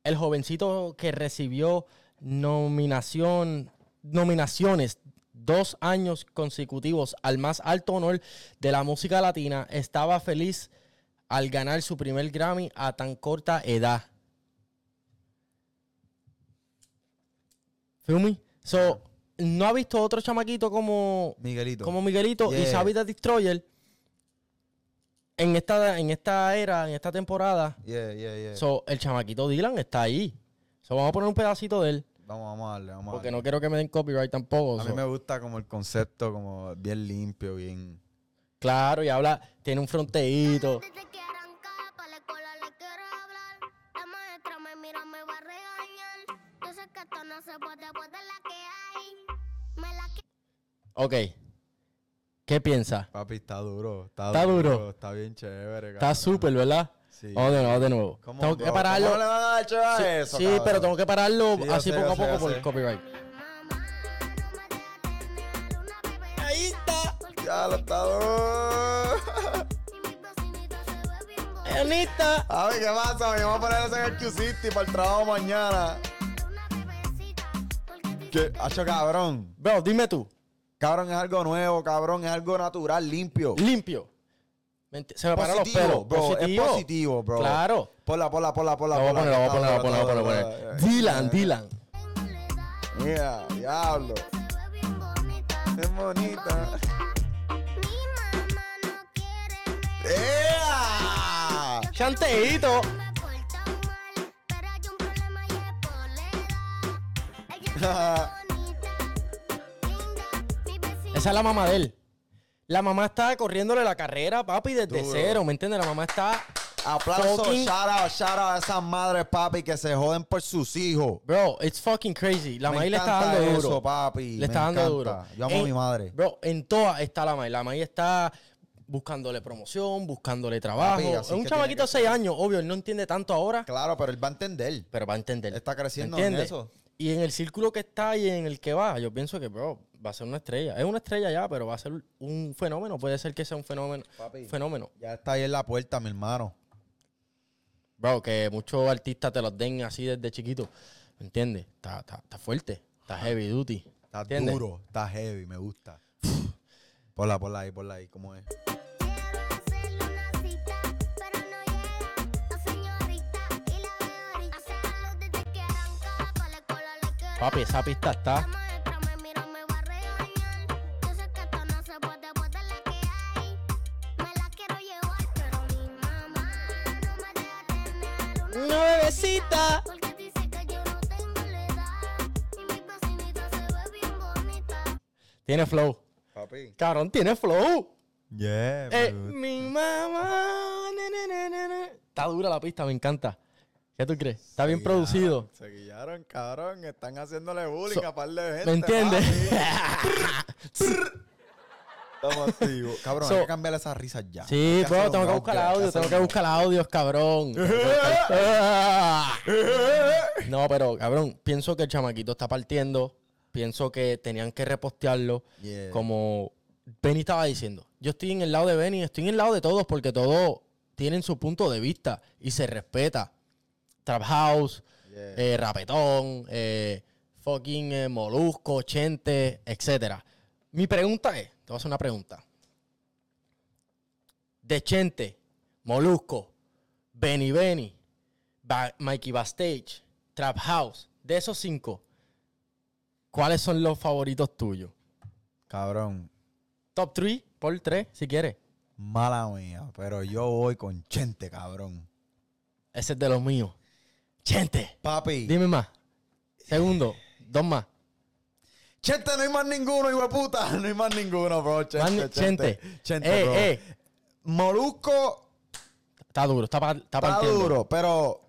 [SPEAKER 1] el jovencito que recibió nominación, nominaciones dos años consecutivos al más alto honor de la música latina, estaba feliz al ganar su primer Grammy a tan corta edad. Feel me? So, no ha visto otro chamaquito como
[SPEAKER 2] Miguelito.
[SPEAKER 1] como Miguelito y
[SPEAKER 2] Yeah.
[SPEAKER 1] Xavi the Destroyer en esta, en esta era, en esta temporada.
[SPEAKER 2] Yeah, yeah, yeah.
[SPEAKER 1] So, el chamaquito Dylan está ahí. So, vamos a poner un pedacito de él.
[SPEAKER 2] vamos, vamos a darle, vamos a
[SPEAKER 1] Porque
[SPEAKER 2] darle.
[SPEAKER 1] no quiero que me den copyright tampoco.
[SPEAKER 2] A
[SPEAKER 1] so.
[SPEAKER 2] mí me gusta como el concepto, como bien limpio, bien...
[SPEAKER 1] Claro, y habla, tiene un fronteíto.
[SPEAKER 3] Desde que arranca pa' la escuela le quiero hablar. La maestra me mira, me va a regañar. Yo sé que esto no se puede, pues de la que hay. Me la
[SPEAKER 1] Ok. ¿Qué piensa?
[SPEAKER 2] Papi, está duro. Está,
[SPEAKER 1] Está duro.
[SPEAKER 2] duro. Está bien chévere,
[SPEAKER 1] Está
[SPEAKER 2] cabrón.
[SPEAKER 1] súper, ¿verdad?
[SPEAKER 2] Sí.
[SPEAKER 1] Vamos de nuevo, vamos de nuevo.
[SPEAKER 2] ¿Cómo,
[SPEAKER 1] Tengo
[SPEAKER 2] bro?
[SPEAKER 1] que pararlo.
[SPEAKER 2] ¿Cómo le van a dar chaval
[SPEAKER 1] Sí,
[SPEAKER 2] eso,
[SPEAKER 1] sí,
[SPEAKER 2] cabrón?
[SPEAKER 1] pero tengo que pararlo
[SPEAKER 2] Sí, yo
[SPEAKER 1] así
[SPEAKER 2] sé,
[SPEAKER 1] poco
[SPEAKER 2] yo
[SPEAKER 1] a
[SPEAKER 2] sé,
[SPEAKER 1] poco
[SPEAKER 2] yo
[SPEAKER 1] por
[SPEAKER 2] sé.
[SPEAKER 1] el copyright.
[SPEAKER 3] mamá no me deja tener una bebé.
[SPEAKER 1] Ahí está.
[SPEAKER 2] Ya lo está duro.
[SPEAKER 3] Y mi vecinita se ve bien gorda.
[SPEAKER 1] Anita.
[SPEAKER 2] A ver, ¿qué pasa? Me vamos a poner eso en el Q-City para el trabajo mañana.
[SPEAKER 3] Una bebecita. Porque dice
[SPEAKER 2] ¿Qué? Hacho, cabrón.
[SPEAKER 1] Bro, dime tú.
[SPEAKER 2] Cabrón, es algo nuevo, cabrón. Es algo natural, limpio.
[SPEAKER 1] limpio. Me enti- Se me paran los
[SPEAKER 2] Positivo,
[SPEAKER 1] pelos.
[SPEAKER 2] bro.
[SPEAKER 1] Positivo.
[SPEAKER 2] Es positivo, bro.
[SPEAKER 1] Claro.
[SPEAKER 2] Ponla, ponla, ponla, ponla.
[SPEAKER 1] Lo voy a
[SPEAKER 2] ponla,
[SPEAKER 1] poner, lo voy a
[SPEAKER 2] que
[SPEAKER 1] poner, lo
[SPEAKER 2] está
[SPEAKER 1] voy a poner, lo voy a poner, lo voy a
[SPEAKER 2] duro, está
[SPEAKER 1] poner. Dylan,
[SPEAKER 2] duro.
[SPEAKER 1] Dylan.
[SPEAKER 3] que tengo la edad.
[SPEAKER 2] Yeah, diablo.
[SPEAKER 3] Se ve bien bonita.
[SPEAKER 2] Es bonita.
[SPEAKER 3] Mi mamá no quiere verme.
[SPEAKER 2] ¡Ea!
[SPEAKER 1] Chanteíto.
[SPEAKER 3] Me porta mal. Pero hay un problema y es por la edad. Ella se ve bonita. Linda. Mi vecina.
[SPEAKER 1] Esa es la mamá de él. La mamá está corriéndole la carrera, papi, desde
[SPEAKER 2] Duro.
[SPEAKER 1] cero, ¿me entiendes? La mamá está,
[SPEAKER 2] Aplauso,
[SPEAKER 1] Fucking-
[SPEAKER 2] shout out, shout out a esas madres, papi, que se joden por sus hijos.
[SPEAKER 1] bro, it's fucking crazy. La
[SPEAKER 2] Me
[SPEAKER 1] May le está
[SPEAKER 2] encanta
[SPEAKER 1] dando
[SPEAKER 2] eso,
[SPEAKER 1] duro.
[SPEAKER 2] papi.
[SPEAKER 1] Le está
[SPEAKER 2] me
[SPEAKER 1] dando
[SPEAKER 2] encanta.
[SPEAKER 1] duro. Eh,
[SPEAKER 2] Yo amo
[SPEAKER 1] En-
[SPEAKER 2] a mi madre.
[SPEAKER 1] Bro, en todas está la May. La May está buscándole promoción, buscándole trabajo.
[SPEAKER 2] Papi, así
[SPEAKER 1] es un
[SPEAKER 2] que tiene
[SPEAKER 1] chamaquito
[SPEAKER 2] que
[SPEAKER 1] de 6 años, obvio, él no entiende tanto ahora,
[SPEAKER 2] Claro, pero él va a entender.
[SPEAKER 1] pero va a entender.
[SPEAKER 2] Está creciendo en
[SPEAKER 1] ¿Entiendes?
[SPEAKER 2] eso.
[SPEAKER 1] Y en el círculo que está y en el que va, yo pienso que, bro, va a ser una estrella. Es una estrella ya, pero va a ser un fenómeno. Puede ser que sea un fenómeno.
[SPEAKER 2] Papi.
[SPEAKER 1] Fenómeno.
[SPEAKER 2] Ya está ahí en la puerta, mi hermano.
[SPEAKER 1] Bro, que muchos artistas te los den así desde chiquito. ¿Me entiendes? Está, está- está fuerte. Está heavy duty.
[SPEAKER 2] Está
[SPEAKER 1] ¿Entiendes?
[SPEAKER 2] duro, está heavy, me gusta. Ponla, ponla ahí, ponla ahí, ¿cómo es?
[SPEAKER 3] Quiero hacerle una cita, pero no llega la señorita y la veo ahorita. Hace calor desde que
[SPEAKER 1] Papi, esa pista
[SPEAKER 3] La
[SPEAKER 1] está.
[SPEAKER 3] maestra me mira, me va a regañar. Yo sé que esto no se puede, pues de la que hay. Me la quiero llevar, pero mi mamá no me deja tener una.
[SPEAKER 4] Una bebecita.
[SPEAKER 3] Porque dice que yo no tengo la edad. Y mi vecinita se ve bien bonita.
[SPEAKER 1] Tiene flow.
[SPEAKER 2] Papi.
[SPEAKER 1] Cabrón, tiene flow.
[SPEAKER 2] Yeah,
[SPEAKER 1] Eh,
[SPEAKER 2] bro.
[SPEAKER 1] mi mamá. na, na, na, na, na. Está dura la pista, me encanta. ¿Qué tú crees? Está bien producido.
[SPEAKER 5] Se guillaron, cabrón. Están haciéndole bullying
[SPEAKER 1] So-
[SPEAKER 5] a par de gente.
[SPEAKER 1] ¿Me entiendes?
[SPEAKER 2] Estamos activos. Cabrón, hay
[SPEAKER 1] So-
[SPEAKER 2] que cambiar esas risas ya. Hay
[SPEAKER 1] sí, bro,
[SPEAKER 2] hacer
[SPEAKER 1] tengo
[SPEAKER 2] un
[SPEAKER 1] que buscar
[SPEAKER 2] outro, hay
[SPEAKER 1] audio,
[SPEAKER 2] hacer
[SPEAKER 1] tengo
[SPEAKER 2] un
[SPEAKER 1] que buscar audios, cabrón. no, pero cabrón, pienso que el chamaquito está partiendo. Pienso que tenían que repostearlo.
[SPEAKER 2] outro. Yeah.
[SPEAKER 1] como Benny estaba diciendo, yo estoy en el lado de Benny, estoy en el lado de todos porque todos tienen su punto de vista y se respeta. Trap House,
[SPEAKER 5] Yeah.
[SPEAKER 1] eh, Rapetón, eh, fucking eh, Molusco, Chente, etc. Mi pregunta es, te voy a hacer una pregunta. De Chente, Molusco, Benny Benny, Ba- Mikey Bastage, Trap House, de esos cinco, ¿cuáles son los favoritos tuyos?
[SPEAKER 2] Cabrón,
[SPEAKER 1] Top 3 por 3, si quieres.
[SPEAKER 2] mala mía, pero yo voy con Chente, cabrón.
[SPEAKER 1] Ese es de los míos. Chente,
[SPEAKER 2] Papi.
[SPEAKER 1] dime más. Segundo, dos más.
[SPEAKER 2] Chente, no hay más ninguno, hijo de puta. No hay más ninguno, bro. Chente,
[SPEAKER 1] Más ni-
[SPEAKER 2] Chente.
[SPEAKER 1] Chente.
[SPEAKER 2] Chente,
[SPEAKER 1] Eh,
[SPEAKER 2] bro.
[SPEAKER 1] eh.
[SPEAKER 2] Molusco
[SPEAKER 1] Está duro, está, pa- está
[SPEAKER 2] está
[SPEAKER 1] partiendo.
[SPEAKER 2] duro, pero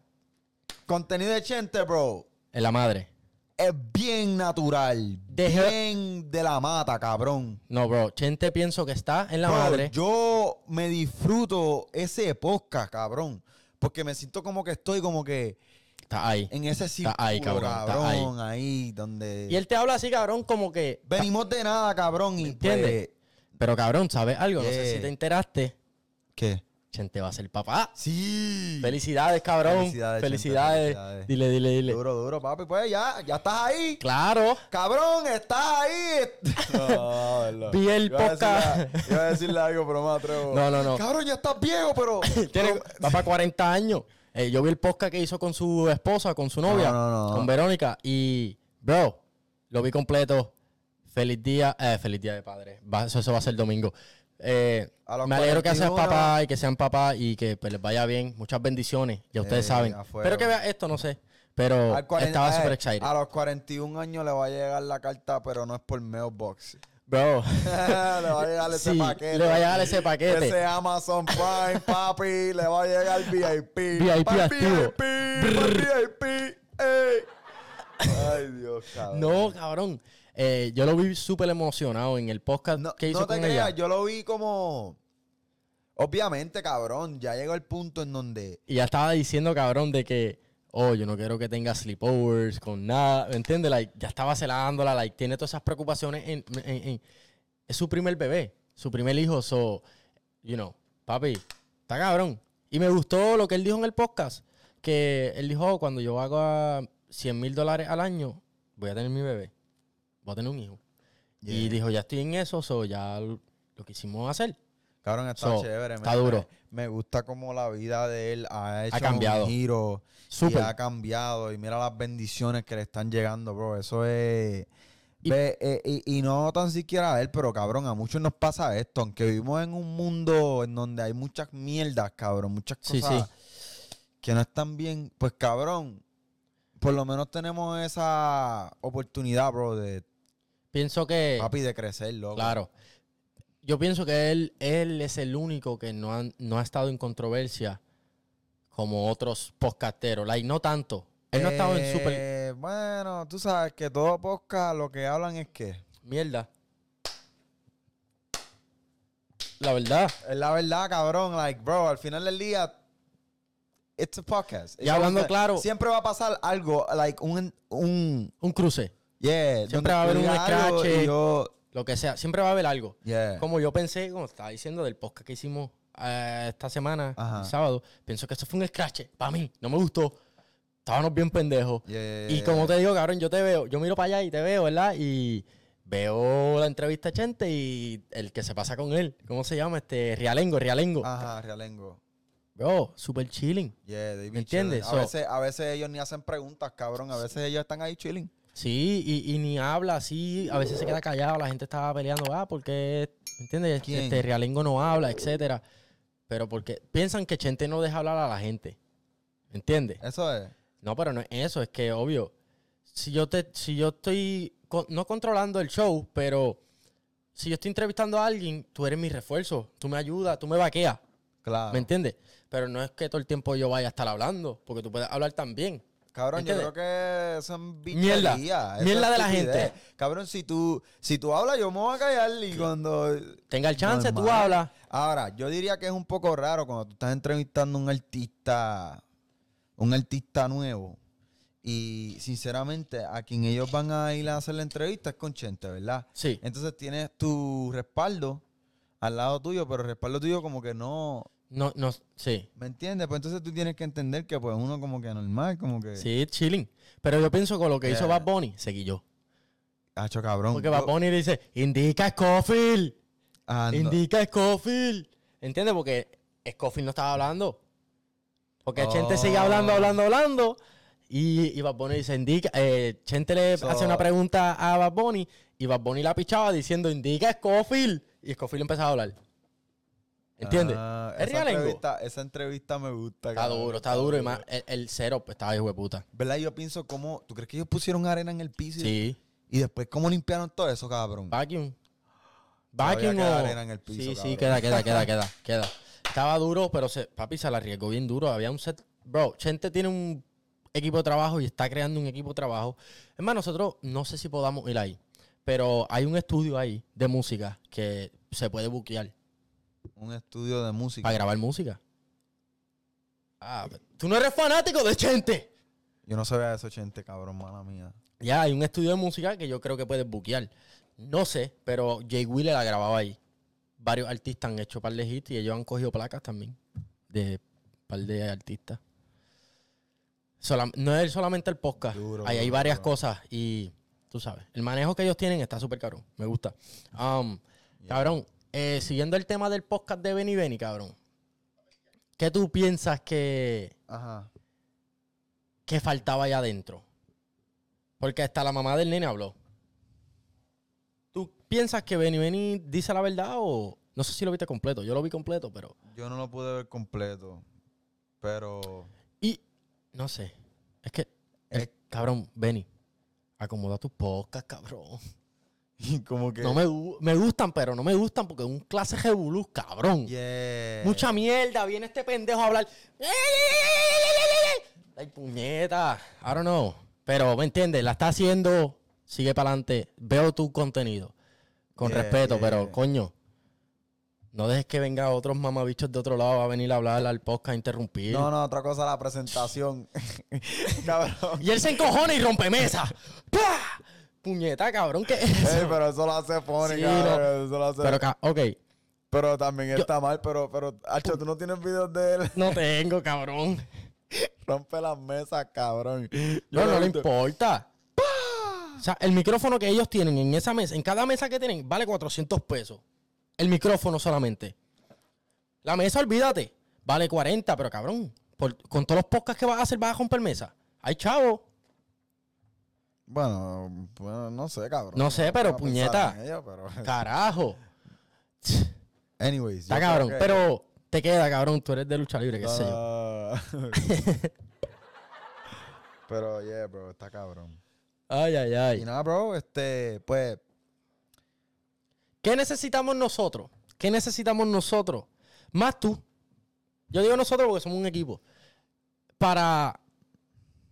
[SPEAKER 2] contenido de Chente, bro,
[SPEAKER 1] En la madre.
[SPEAKER 2] es bien natural.
[SPEAKER 1] Deje-
[SPEAKER 2] Bien de la mata, cabrón.
[SPEAKER 1] No, bro. Chente pienso que está en la
[SPEAKER 2] Bro,
[SPEAKER 1] madre.
[SPEAKER 2] Yo me disfruto ese podcast, cabrón. Porque me siento como que estoy como que
[SPEAKER 1] Está ahí.
[SPEAKER 2] en ese sitio,
[SPEAKER 1] ahí, cabrón, está
[SPEAKER 2] ahí. donde...
[SPEAKER 1] Y él te habla así, cabrón, como que...
[SPEAKER 2] Venimos de nada, cabrón, y pues,
[SPEAKER 1] ¿Entiendes? Pero, cabrón, ¿sabes algo? No sé
[SPEAKER 2] Yeah.
[SPEAKER 1] si te enteraste.
[SPEAKER 2] pues, ¿Qué?
[SPEAKER 1] Chente va a ser papá.
[SPEAKER 2] Sí.
[SPEAKER 1] Felicidades, cabrón.
[SPEAKER 2] Felicidades,
[SPEAKER 1] Felicidades.
[SPEAKER 2] Chente, felicidades.
[SPEAKER 1] Dile, dile, dile.
[SPEAKER 2] Duro, duro, papi. Pues ya, ya estás ahí.
[SPEAKER 1] Claro.
[SPEAKER 2] Cabrón, estás ahí.
[SPEAKER 5] No, verdad.
[SPEAKER 1] Vi el
[SPEAKER 5] Iba a decirle-
[SPEAKER 1] podcast.
[SPEAKER 5] Iba a decirle algo, pero me atrevo.
[SPEAKER 1] No, no, no.
[SPEAKER 2] Cabrón, ya estás viejo, pero.
[SPEAKER 1] Tiene-
[SPEAKER 2] pero-
[SPEAKER 1] va para 40 años. Eh, yo vi el podcast que hizo con su esposa, con su novia,
[SPEAKER 2] No, no, no.
[SPEAKER 1] con Verónica. Y, bro, lo vi completo. Feliz día, eh, feliz día de padre. Va- eso, eso va a ser domingo. Eh,
[SPEAKER 2] A los
[SPEAKER 1] me alegro que seas
[SPEAKER 2] 41.
[SPEAKER 1] papá y que sean papá y que pues, les vaya bien. Muchas bendiciones, ya ustedes
[SPEAKER 2] Eh,
[SPEAKER 1] saben.
[SPEAKER 2] a fuego.
[SPEAKER 1] Pero que vea esto, no sé. Pero
[SPEAKER 2] al 40
[SPEAKER 1] Oh, estaba
[SPEAKER 2] eh,
[SPEAKER 1] súper excited.
[SPEAKER 2] A los 41 años le va a llegar la carta, pero no es por mailbox.
[SPEAKER 1] Bro,
[SPEAKER 2] le va a llegar ese
[SPEAKER 1] Sí,
[SPEAKER 2] paquete.
[SPEAKER 1] le va a llegar ese paquete.
[SPEAKER 2] Ese Amazon Prime, papi. Le va a llegar VIP.
[SPEAKER 1] VIP
[SPEAKER 2] Pa'l
[SPEAKER 1] activo.
[SPEAKER 2] VIP, pa'l VIP. ey. Ay, Dios, cabrón.
[SPEAKER 1] no, cabrón. Eh, yo lo vi súper emocionado en el podcast
[SPEAKER 2] No,
[SPEAKER 1] que hizo
[SPEAKER 2] no te
[SPEAKER 1] con
[SPEAKER 2] creas,
[SPEAKER 1] ella.
[SPEAKER 2] yo lo vi como. Obviamente, cabrón, ya llegó el punto en donde.
[SPEAKER 1] Y ya estaba diciendo, cabrón, de que, oh, yo no quiero que tenga sleepovers con nada, ¿me entiendes? Like, ya estaba celándola, like, tiene todas esas preocupaciones en, en- en- Es su primer bebé, su primer hijo, so, you know, papi, está cabrón. Y me gustó lo que él dijo en el podcast, que él dijo, "Oh, cuando yo haga 100 mil dólares al año, voy a tener mi bebé, voy a tener un hijo. Y dijo, ya estoy en eso, so, ya lo, lo quisimos hacer.
[SPEAKER 2] Cabrón, está
[SPEAKER 1] So,
[SPEAKER 2] chévere.
[SPEAKER 1] está
[SPEAKER 2] me-
[SPEAKER 1] duro.
[SPEAKER 2] Me gusta como la vida de él ha hecho
[SPEAKER 1] cambiado.
[SPEAKER 2] un giro.
[SPEAKER 1] Súper.
[SPEAKER 2] Y ha cambiado. Y mira las bendiciones que le están llegando, bro. Eso es.
[SPEAKER 1] Y-
[SPEAKER 2] ve, eh, y, y no tan siquiera a él, pero cabrón, a muchos nos pasa esto. Aunque vivimos en un mundo en donde hay muchas mierdas, cabrón, muchas
[SPEAKER 1] Sí,
[SPEAKER 2] cosas que no están bien. Pues cabrón, por lo menos tenemos esa oportunidad, bro, de
[SPEAKER 1] Pienso que...
[SPEAKER 2] papi de crecer, loco.
[SPEAKER 1] Claro. Yo pienso que él, él es el único que no, han- no ha estado en controversia como otros podcasteros. Like, no tanto. Él no ha estado en super
[SPEAKER 2] Eh, Bueno, tú sabes que todo podcast lo que hablan es que.
[SPEAKER 1] mierda. La verdad.
[SPEAKER 2] Es la verdad, cabrón. Like, bro, al final del día, it's a podcast.
[SPEAKER 1] Y
[SPEAKER 2] It's
[SPEAKER 1] hablando
[SPEAKER 2] a-
[SPEAKER 1] claro-
[SPEAKER 2] Siempre va a pasar algo, like, un. un
[SPEAKER 1] Un cruce.
[SPEAKER 2] yeah.
[SPEAKER 1] Siempre
[SPEAKER 2] donde
[SPEAKER 1] va a haber
[SPEAKER 2] tú
[SPEAKER 1] un eh,
[SPEAKER 2] digas algo
[SPEAKER 1] escrache.
[SPEAKER 2] y yo-
[SPEAKER 1] Lo que sea. Siempre va a haber algo.
[SPEAKER 2] yeah.
[SPEAKER 1] Como yo pensé, como estaba diciendo del podcast que hicimos eh, esta semana,
[SPEAKER 2] Ajá.
[SPEAKER 1] el sábado, pienso que eso fue un scratch. Para mí, no me gustó. Estábamos bien pendejos.
[SPEAKER 2] Yeah, yeah,
[SPEAKER 1] Y
[SPEAKER 2] yeah.
[SPEAKER 1] como te digo, cabrón, yo te veo, yo miro para allá y te veo, ¿verdad? Y veo la entrevista a Chente y el que se pasa con él, ¿cómo se llama? Este, Rialengo, Rialengo.
[SPEAKER 2] Ajá, realengo.
[SPEAKER 1] Bro, super chilling.
[SPEAKER 2] Yeah, they be
[SPEAKER 1] ¿Me entiendes?
[SPEAKER 2] chilling.
[SPEAKER 1] So-
[SPEAKER 2] A, veces, a veces ellos ni hacen preguntas, cabrón. A veces ellos están ahí chilling.
[SPEAKER 1] Sí, y, y ni habla así, a veces se queda callado, la gente estaba peleando, ah, porque, ¿me entiendes?
[SPEAKER 2] ¿Quién?
[SPEAKER 1] Este realengo no habla, etcétera. Pero porque piensan que Chente no deja hablar a la gente. ¿Me entiendes?
[SPEAKER 2] Eso es.
[SPEAKER 1] No, pero no es eso, es que obvio. Si yo te, si yo estoy con- no controlando el show, pero si yo estoy entrevistando a alguien, tú eres mi refuerzo, tú me ayudas, tú me vaqueas.
[SPEAKER 2] Claro.
[SPEAKER 1] ¿Me entiendes? Pero no es que todo el tiempo yo vaya a estar hablando, porque tú puedes hablar también.
[SPEAKER 2] Cabrón,
[SPEAKER 1] ¿Entiendes?
[SPEAKER 2] yo creo que son
[SPEAKER 1] Mierda.
[SPEAKER 2] bicherías, eso
[SPEAKER 1] Mierda
[SPEAKER 2] es
[SPEAKER 1] de la
[SPEAKER 2] estupidez.
[SPEAKER 1] gente.
[SPEAKER 2] Cabrón, si tú, si tú hablas, yo me voy a callar y cuando...
[SPEAKER 1] Tenga el chance, tú
[SPEAKER 2] Normal.
[SPEAKER 1] hablas.
[SPEAKER 2] Ahora, yo diría que es un poco raro cuando tú estás entrevistando a un artista, un artista nuevo. Y sinceramente, a quien ellos van a ir a hacer la entrevista es con Chente, ¿verdad?
[SPEAKER 1] Sí.
[SPEAKER 2] Entonces tienes tu respaldo al lado tuyo, pero el respaldo tuyo como que no,
[SPEAKER 1] No, no, sí.
[SPEAKER 2] ¿me entiendes? Pues entonces tú tienes que entender que pues uno como que normal, como que...
[SPEAKER 1] Sí, chilling. Pero yo pienso con lo que hizo
[SPEAKER 2] Yeah.
[SPEAKER 1] Bad Bunny, seguí yo.
[SPEAKER 2] Hacho, cabrón.
[SPEAKER 1] Porque
[SPEAKER 2] Eh. yo-
[SPEAKER 1] Bad Bunny le dice, indica Scofield,
[SPEAKER 2] Ah, no.
[SPEAKER 1] indica Scofield. ¿Entiendes? Porque Scofield no estaba hablando. Porque Chente sigue hablando,
[SPEAKER 2] Oh.
[SPEAKER 1] hablando, hablando. Y, y Bad Bunny dice, indica, eh, Chente le
[SPEAKER 2] So-
[SPEAKER 1] hace una pregunta a Bad Bunny y Bad Bunny la pichaba diciendo, indica Scofield. Y Scofield empezaba a hablar. ¿Entiendes?
[SPEAKER 2] Ah,
[SPEAKER 1] es
[SPEAKER 2] esa,
[SPEAKER 1] realengo.
[SPEAKER 2] entrevista, esa entrevista me gusta.
[SPEAKER 1] Está
[SPEAKER 2] cabrón,
[SPEAKER 1] duro, está duro. Y
[SPEAKER 2] duro.
[SPEAKER 1] más, el, el cero pues, estaba hijo de puta.
[SPEAKER 2] ¿Verdad? Yo pienso cómo... ¿Tú crees que ellos pusieron arena en el piso? y-
[SPEAKER 1] Sí.
[SPEAKER 2] Y después, ¿cómo limpiaron todo eso, cabrón?
[SPEAKER 1] Vacuum. Vacuum
[SPEAKER 2] queda
[SPEAKER 1] o-
[SPEAKER 2] arena en el piso,
[SPEAKER 1] Sí, sí,
[SPEAKER 2] cabrón.
[SPEAKER 1] queda, queda, queda, queda, queda. Estaba duro, pero se, papi se la arriesgó bien duro. Había un set. Bro, Chente tiene un equipo de trabajo y está creando un equipo de trabajo. Es más, nosotros no sé si podamos ir ahí, pero hay un estudio ahí de música que se puede buquear
[SPEAKER 2] Un estudio de música.
[SPEAKER 1] para grabar música. Ah, pero tú no eres fanático de Chente.
[SPEAKER 2] Yo no sabía de esos 80, cabrón, mala mía.
[SPEAKER 1] Ya, hay un estudio de música que yo creo que puedes buquear. No sé, pero Jay Wheeler la grababa ahí. Varios artistas han hecho par de hits y ellos han cogido placas también de par de artistas. Solam- no es solamente el podcast.
[SPEAKER 2] Duro,
[SPEAKER 1] ahí hay
[SPEAKER 2] duro,
[SPEAKER 1] varias
[SPEAKER 2] duro.
[SPEAKER 1] cosas y tú sabes, el manejo que ellos tienen está súper cabrón. Me gusta. Um, Cabrón, eh, siguiendo el tema del podcast de Benny Benny, cabrón. ¿Qué tú piensas que
[SPEAKER 2] Ajá.
[SPEAKER 1] que faltaba allá adentro. Porque hasta la mamá del nene habló. ¿Tú piensas que Benny Benny dice la verdad o.? No sé si lo viste completo. Yo lo vi completo, pero.
[SPEAKER 2] Yo no lo pude ver completo. Pero.
[SPEAKER 1] Y. No sé. Es que. el-
[SPEAKER 2] Es-
[SPEAKER 1] Cabrón, Benny. Acomoda tus pocas, cabrón.
[SPEAKER 2] y como que.
[SPEAKER 1] No me, gu- me gustan, pero no me gustan porque es un clase revolú, cabrón.
[SPEAKER 2] Yeah.
[SPEAKER 1] Mucha mierda. Viene este pendejo a hablar. Ay, puñeta. I don't know. Pero, ¿me entiendes? La está haciendo. Sigue para adelante. Veo tu contenido. Con
[SPEAKER 2] Yeah,
[SPEAKER 1] respeto,
[SPEAKER 2] yeah,
[SPEAKER 1] pero,
[SPEAKER 2] yeah.
[SPEAKER 1] coño. No dejes que venga otros mamabichos de otro lado a venir a hablar al podcast, a interrumpir.
[SPEAKER 2] No, no, otra cosa, la presentación. cabrón.
[SPEAKER 1] Y él se encojona y rompe mesa. ¡Pah! Puñeta, cabrón, ¿qué es eso?
[SPEAKER 2] Eh,
[SPEAKER 5] Ey, pero eso lo hace funny,
[SPEAKER 1] Sí,
[SPEAKER 5] cabrón.
[SPEAKER 1] no.
[SPEAKER 5] Eso lo hace.
[SPEAKER 1] Pero,
[SPEAKER 5] Pero,
[SPEAKER 1] ca- ok.
[SPEAKER 5] también está mal, pero, pero, Hacho, tú no tienes videos de él.
[SPEAKER 1] No tengo, cabrón.
[SPEAKER 5] Rompe las mesas, cabrón. Yo
[SPEAKER 1] No, no
[SPEAKER 5] lo he
[SPEAKER 1] le
[SPEAKER 5] visto.
[SPEAKER 1] importa. O sea, el micrófono que ellos tienen en esa mesa, en cada mesa que tienen, vale 400 pesos. El micrófono solamente. La mesa, olvídate, vale 40, pero cabrón, por- con todos los podcasts que vas a hacer, vas a romper mesa. Ay, chavo.
[SPEAKER 2] Bueno, bueno, no sé, cabrón.
[SPEAKER 1] No sé, pero,
[SPEAKER 2] voy a
[SPEAKER 1] puñeta.
[SPEAKER 2] pensar en ello, pero-
[SPEAKER 1] Carajo.
[SPEAKER 2] Anyways.
[SPEAKER 1] Está
[SPEAKER 2] yo
[SPEAKER 1] cabrón.
[SPEAKER 2] creo que-
[SPEAKER 1] Pero te queda, cabrón. Tú eres de lucha libre, qué sé yo.
[SPEAKER 2] Ah. pero, yeah, bro, está cabrón.
[SPEAKER 1] Ay, ay,
[SPEAKER 2] Y
[SPEAKER 1] ay.
[SPEAKER 2] nada, bro, este, pues.
[SPEAKER 1] ¿Qué necesitamos nosotros? ¿Qué necesitamos nosotros? Más tú. Yo digo nosotros porque somos un equipo. Para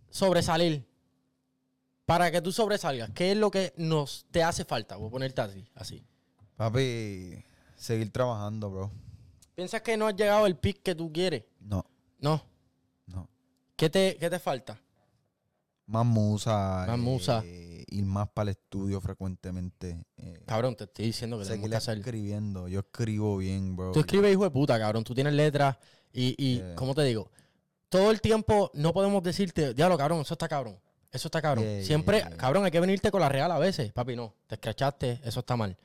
[SPEAKER 1] sobresalir. Para que tú sobresalgas. ¿Qué es lo que nos te hace falta? Voy a ponerte así. así.
[SPEAKER 2] Papi, seguir trabajando, bro.
[SPEAKER 1] ¿Piensas que no has llegado al pic que tú quieres?
[SPEAKER 2] No,
[SPEAKER 1] No.
[SPEAKER 2] no.
[SPEAKER 1] ¿Qué te, qué te falta?
[SPEAKER 2] Más musa.
[SPEAKER 1] Más musa.
[SPEAKER 2] eh, ir más para el estudio frecuentemente. eh,
[SPEAKER 1] Cabrón, te estoy diciendo que tenemos
[SPEAKER 2] seguir
[SPEAKER 1] que hacer.
[SPEAKER 2] escribiendo. Yo escribo bien, bro.
[SPEAKER 1] Tú escribes hijo de puta, cabrón. Tú tienes letras y, y
[SPEAKER 2] Yeah.
[SPEAKER 1] ¿cómo te digo? Todo el tiempo no podemos decirte, diablo, cabrón, eso está cabrón. Eso está cabrón.
[SPEAKER 2] Yeah,
[SPEAKER 1] Siempre,
[SPEAKER 2] yeah, yeah.
[SPEAKER 1] cabrón, hay que venirte con la real a veces. Papi, no, te escrachaste, eso está mal.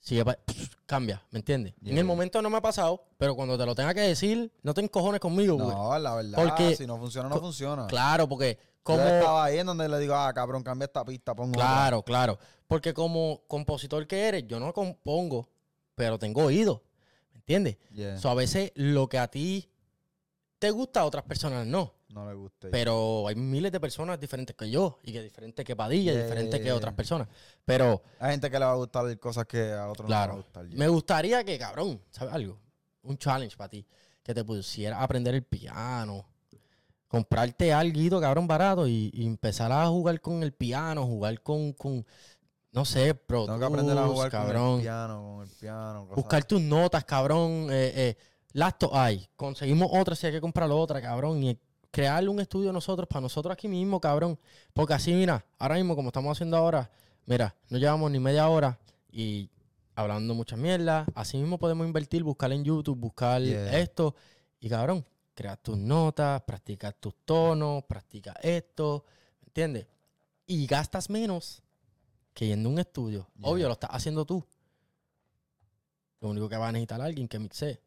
[SPEAKER 1] Sigue, pa- cambia, ¿me entiendes?
[SPEAKER 2] Yeah,
[SPEAKER 1] En el
[SPEAKER 2] yeah.
[SPEAKER 1] momento no me ha pasado, pero cuando te lo tenga que decir, no te encojones conmigo, güey.
[SPEAKER 2] No, la verdad.
[SPEAKER 1] Porque-
[SPEAKER 2] si no funciona, no
[SPEAKER 1] co-
[SPEAKER 2] funciona.
[SPEAKER 1] Claro, porque
[SPEAKER 2] Yo
[SPEAKER 1] como,
[SPEAKER 2] estaba ahí en donde le digo, ah, cabrón, cambia esta pista, pongo otra.
[SPEAKER 1] Claro, claro. Porque como compositor que eres, yo no compongo, pero tengo oído. ¿Me entiendes?
[SPEAKER 2] Yeah,
[SPEAKER 1] So, a veces lo que a ti te gusta, a otras personas no.
[SPEAKER 2] no le gusta.
[SPEAKER 1] Pero hay miles de personas diferentes que yo, y que diferentes que Padilla,
[SPEAKER 2] Yeah,
[SPEAKER 1] diferentes
[SPEAKER 2] yeah,
[SPEAKER 1] que
[SPEAKER 2] yeah.
[SPEAKER 1] otras personas. Pero
[SPEAKER 2] Hay gente que le va a gustar cosas que a otros
[SPEAKER 1] Claro.
[SPEAKER 2] no les va a gustar.
[SPEAKER 1] me gustaría que, cabrón, ¿sabes algo? Un challenge para ti. Que te pusieras a aprender el piano. Comprarte algo, cabrón, barato y, y empezar a jugar con el piano, jugar con, con no sé, pro
[SPEAKER 2] Tengo que aprender a
[SPEAKER 1] Tools,
[SPEAKER 2] jugar con
[SPEAKER 1] cabrón.
[SPEAKER 2] el piano, con el piano. cosas
[SPEAKER 1] Buscar tus notas, cabrón. Eh, eh, Lasto hay. Conseguimos otra si hay que comprar otra, cabrón. Y crear un estudio nosotros, para nosotros aquí mismo, cabrón. Porque así, mira, ahora mismo, como estamos haciendo ahora, mira, no llevamos ni media hora y hablando muchas mierdas. Así mismo podemos invertir, buscar en YouTube, buscar
[SPEAKER 2] Yeah.
[SPEAKER 1] esto. Y cabrón, creas tus notas, practicas tus tonos, practicas esto. ¿Me entiendes? Y gastas menos que yendo a un estudio.
[SPEAKER 2] Yeah.
[SPEAKER 1] Obvio, lo estás haciendo tú. Lo único que va a necesitar alguien que mixe.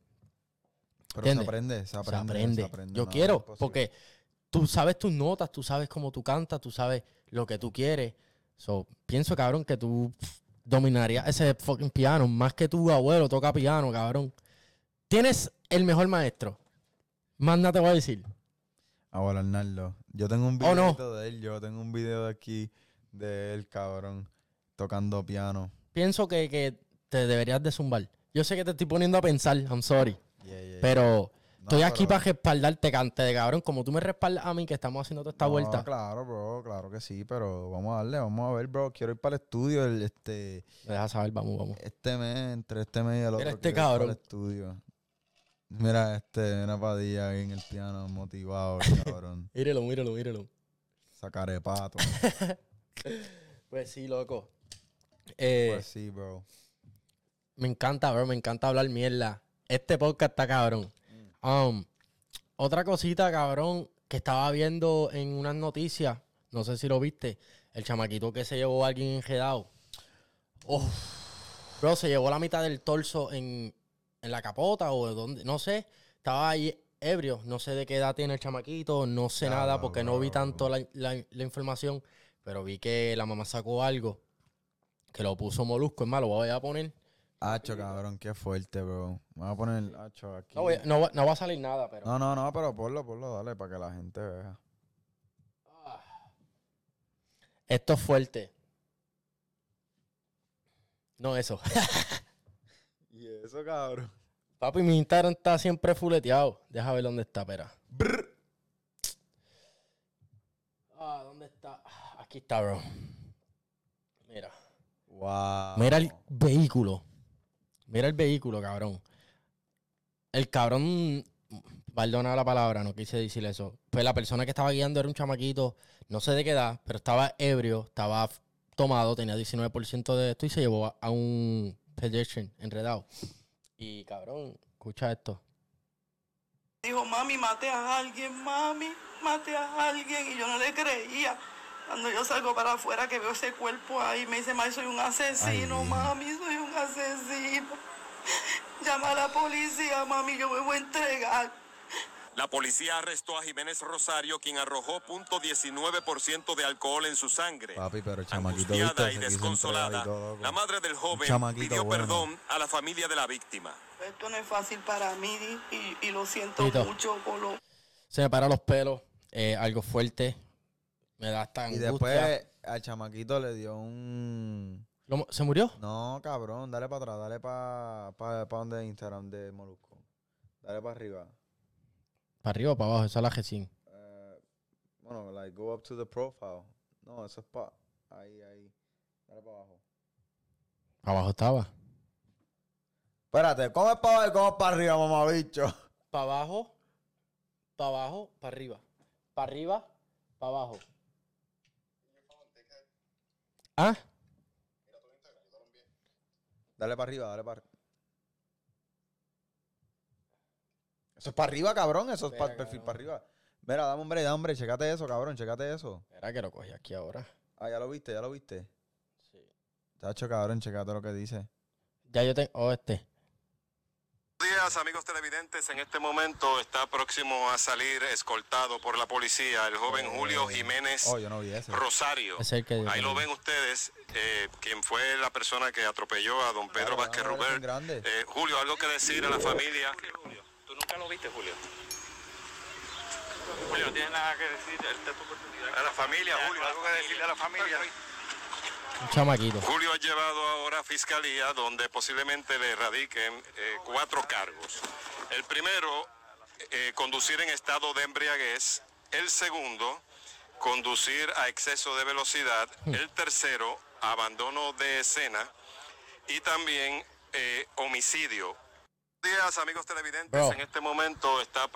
[SPEAKER 2] Pero se
[SPEAKER 1] ¿Entiendes?
[SPEAKER 2] aprende, se aprende.
[SPEAKER 1] se aprende. Yo
[SPEAKER 2] nada,
[SPEAKER 1] quiero,
[SPEAKER 2] imposible.
[SPEAKER 1] porque tú sabes tus notas, tú sabes cómo tú cantas, tú sabes lo que tú quieres. So, pienso, cabrón, que tú pff, dominarías ese fucking piano más que tu abuelo toca piano, cabrón. Tienes el mejor maestro. Más nada te voy a decir.
[SPEAKER 2] Ahora, Ah, Arnaldo. Yo tengo un
[SPEAKER 1] Oh,
[SPEAKER 2] video
[SPEAKER 1] no.
[SPEAKER 2] de él, yo tengo un video de aquí de él, cabrón, tocando piano.
[SPEAKER 1] Pienso que, que te deberías de zumbar. Yo sé que te estoy poniendo a pensar, I'm sorry.
[SPEAKER 2] Yeah, yeah, yeah.
[SPEAKER 1] Pero
[SPEAKER 2] No,
[SPEAKER 1] estoy aquí
[SPEAKER 2] pero-
[SPEAKER 1] para respaldarte, cante de cabrón. Como tú me respaldas a mí que estamos haciendo toda esta
[SPEAKER 2] No,
[SPEAKER 1] vuelta.
[SPEAKER 2] Claro, bro, claro que sí, pero vamos a darle, vamos a ver, bro. Quiero ir para el estudio el, este,
[SPEAKER 1] Me dejas saber, vamos, vamos.
[SPEAKER 2] este mes, entre este mes y el otro.
[SPEAKER 1] Mira este
[SPEAKER 2] quiero ir para
[SPEAKER 1] cabrón.
[SPEAKER 2] el estudio. Mira, este, una padilla ahí en el piano, motivado, el cabrón.
[SPEAKER 1] Mírelo, mírelo, mírelo.
[SPEAKER 2] Sacaré pato.
[SPEAKER 1] Eh. Pues sí, loco. Eh,
[SPEAKER 2] pues sí, bro.
[SPEAKER 1] Me encanta, bro. Me encanta hablar mierda. Este podcast está cabrón. Um, otra cosita, cabrón, que estaba viendo en unas noticias. No sé si lo viste. El chamaquito que se llevó a alguien enjedado. Uf. Bro, se llevó la mitad del torso en, en la capota o de dónde. No sé. Estaba ahí ebrio. No sé de qué edad tiene el chamaquito. No sé nada porque no vi tanto la, la- la información. Pero vi que la mamá sacó algo que lo puso molusco. Es más, lo voy a poner.
[SPEAKER 2] Hacho, cabrón, qué fuerte, bro. Vamos a poner el hacho aquí.
[SPEAKER 1] No, voy a- no va- no va a salir nada, pero.
[SPEAKER 2] No, no, no, pero ponlo, ponlo, dale, para que la gente vea.
[SPEAKER 1] Esto es fuerte. No, eso.
[SPEAKER 2] Y eso, cabrón.
[SPEAKER 1] Papi, mi Instagram está siempre fuleteado. Deja ver dónde está, espera. Ah, ¿dónde está? Ah, Aquí está, bro. Mira.
[SPEAKER 2] Wow.
[SPEAKER 1] Mira el vehículo. Mira el vehículo, cabrón. El cabrón, perdona la palabra, no quise decir eso. Pues la persona que estaba guiando era un chamaquito, no sé de qué edad, pero estaba ebrio, estaba f- tomado, tenía 19% de esto y se llevó a, a un pedestrian enredado. Y cabrón, escucha esto.
[SPEAKER 4] Dijo, mami, mate a alguien, mami, mate a alguien. Y yo no le creía. Cuando yo salgo para afuera que veo ese cuerpo ahí, me dice, mami, soy un asesino, mami, soy un asesino. Llama a la policía, mami, yo me voy a entregar.
[SPEAKER 6] La policía arrestó a Jiménez Rosario, quien arrojó .19% de alcohol en su sangre.
[SPEAKER 2] Papi, pero el chamaquito, viste,
[SPEAKER 6] Angustiada
[SPEAKER 2] se
[SPEAKER 6] y
[SPEAKER 2] quiso entregar
[SPEAKER 6] desconsolada,
[SPEAKER 2] y todo, loco.
[SPEAKER 6] la madre del joven
[SPEAKER 2] chamaquito
[SPEAKER 6] pidió
[SPEAKER 2] bueno.
[SPEAKER 6] perdón a la familia de la víctima.
[SPEAKER 4] Esto no es fácil para mí y, y lo siento
[SPEAKER 1] Tito.
[SPEAKER 4] mucho, Colo.
[SPEAKER 1] Se me paran los pelos, eh, algo fuerte. Me da esta
[SPEAKER 2] Y
[SPEAKER 1] angustia.
[SPEAKER 2] después al chamaquito le dio un...
[SPEAKER 1] ¿Cómo? ¿Se murió?
[SPEAKER 2] No, cabrón, dale para atrás, dale para pa, pa donde Instagram de Molusco. Dale para arriba.
[SPEAKER 1] Para arriba o para abajo, esa es la G5.
[SPEAKER 2] Eh, bueno, like go up to the profile. No, eso es para... Ahí, ahí. Dale para abajo.
[SPEAKER 1] Abajo estaba.
[SPEAKER 2] Espérate, ¿cómo es para abajo y cómo es para arriba, mamabicho?
[SPEAKER 1] para abajo, para abajo, para arriba. Para arriba, para abajo. ¿Ah?
[SPEAKER 2] Dale para arriba, dale para Eso es para arriba, cabrón. Eso es
[SPEAKER 1] Espera,
[SPEAKER 2] para perfil
[SPEAKER 1] cabrón.
[SPEAKER 2] para arriba. Mira, dame hombre, dame hombre, checate eso, cabrón, checate eso.
[SPEAKER 1] Espera que lo cogí aquí ahora.
[SPEAKER 2] Ah, ya lo viste, ya lo viste.
[SPEAKER 1] Sí.
[SPEAKER 2] Tacho, cabrón, checate lo que dice.
[SPEAKER 1] Ya yo tengo. Oh, este.
[SPEAKER 6] Día días, amigos televidentes. En este momento está próximo a salir escoltado por la policía el joven Julio Jiménez
[SPEAKER 2] Oh, yo no vi eso.
[SPEAKER 6] Rosario.
[SPEAKER 1] Es el que digo.
[SPEAKER 6] Ahí lo ven ustedes, eh, quien fue la persona que atropelló a don Pedro
[SPEAKER 2] Claro,
[SPEAKER 6] Vázquez
[SPEAKER 2] ahora son
[SPEAKER 6] Robert.
[SPEAKER 2] grandes.
[SPEAKER 6] Eh, Julio, algo que decir a la familia.
[SPEAKER 7] Tú nunca lo viste, Julio. Julio, no tienes nada que decir, esta es tu oportunidad.
[SPEAKER 6] A la familia, Julio, algo que decirle a la familia.
[SPEAKER 1] Un chamaquito.
[SPEAKER 6] Julio ha llevado ahora a fiscalía donde posiblemente le radiquen eh, cuatro cargos. El primero, eh, conducir en estado de embriaguez. El segundo, conducir a exceso de velocidad. El tercero, abandono de escena. Y también eh, homicidio. Buenos días, amigos televidentes.
[SPEAKER 1] Bro.
[SPEAKER 6] En este momento está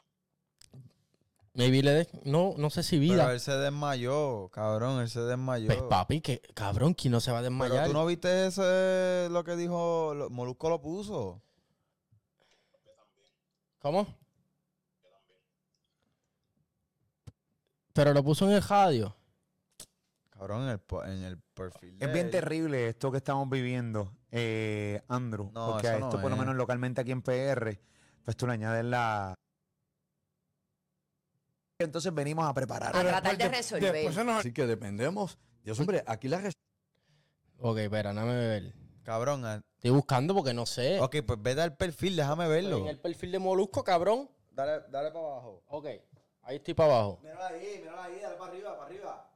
[SPEAKER 1] Maybe le de... No, no sé si
[SPEAKER 2] Pero
[SPEAKER 1] vida.
[SPEAKER 2] él se desmayó, cabrón, él se desmayó.
[SPEAKER 1] Pues papi, que cabrón, ¿quién no se va a
[SPEAKER 2] Pero
[SPEAKER 1] desmayar?
[SPEAKER 2] tú no viste ese, lo que dijo, lo- Molusco lo puso.
[SPEAKER 1] ¿Cómo? Pero lo puso en el radio.
[SPEAKER 2] Cabrón, en el, po- en el perfil.
[SPEAKER 8] Es
[SPEAKER 2] de
[SPEAKER 8] bien
[SPEAKER 2] él.
[SPEAKER 8] terrible esto que estamos viviendo, eh, Andrew.
[SPEAKER 2] No,
[SPEAKER 8] porque a
[SPEAKER 2] eso no
[SPEAKER 8] esto, por lo
[SPEAKER 2] es.
[SPEAKER 8] menos localmente aquí en PR, pues tú le añades la. Entonces venimos a preparar.
[SPEAKER 9] A tratar de resolver.
[SPEAKER 10] Después se nos- Así que dependemos. Dios, hombre, aquí la res-
[SPEAKER 1] Ok, espera, déjame ver.
[SPEAKER 2] Cabrón, ah,
[SPEAKER 1] Estoy buscando porque no sé.
[SPEAKER 2] ok, pues vete al perfil, déjame verlo.
[SPEAKER 1] En Eh. el perfil de Molusco, cabrón.
[SPEAKER 2] Dale, dale para abajo.
[SPEAKER 1] Ok, ahí estoy para abajo.
[SPEAKER 5] Mírala ahí, mírala ahí, dale para arriba, para arriba.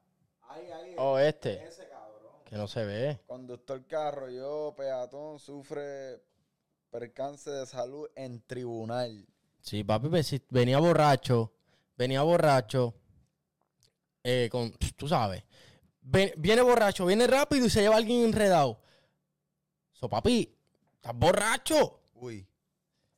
[SPEAKER 5] Ahí, ahí.
[SPEAKER 1] Oh, este,
[SPEAKER 5] Ese cabrón.
[SPEAKER 1] que no se ve.
[SPEAKER 2] Conductor carro, yo, peatón, sufre percance de salud en tribunal.
[SPEAKER 1] Sí, papi, pues, si venía borracho, venía borracho, eh, con, tú sabes, Ve- viene borracho, viene rápido y se lleva a alguien enredado. So, papi, estás borracho.
[SPEAKER 2] Uy.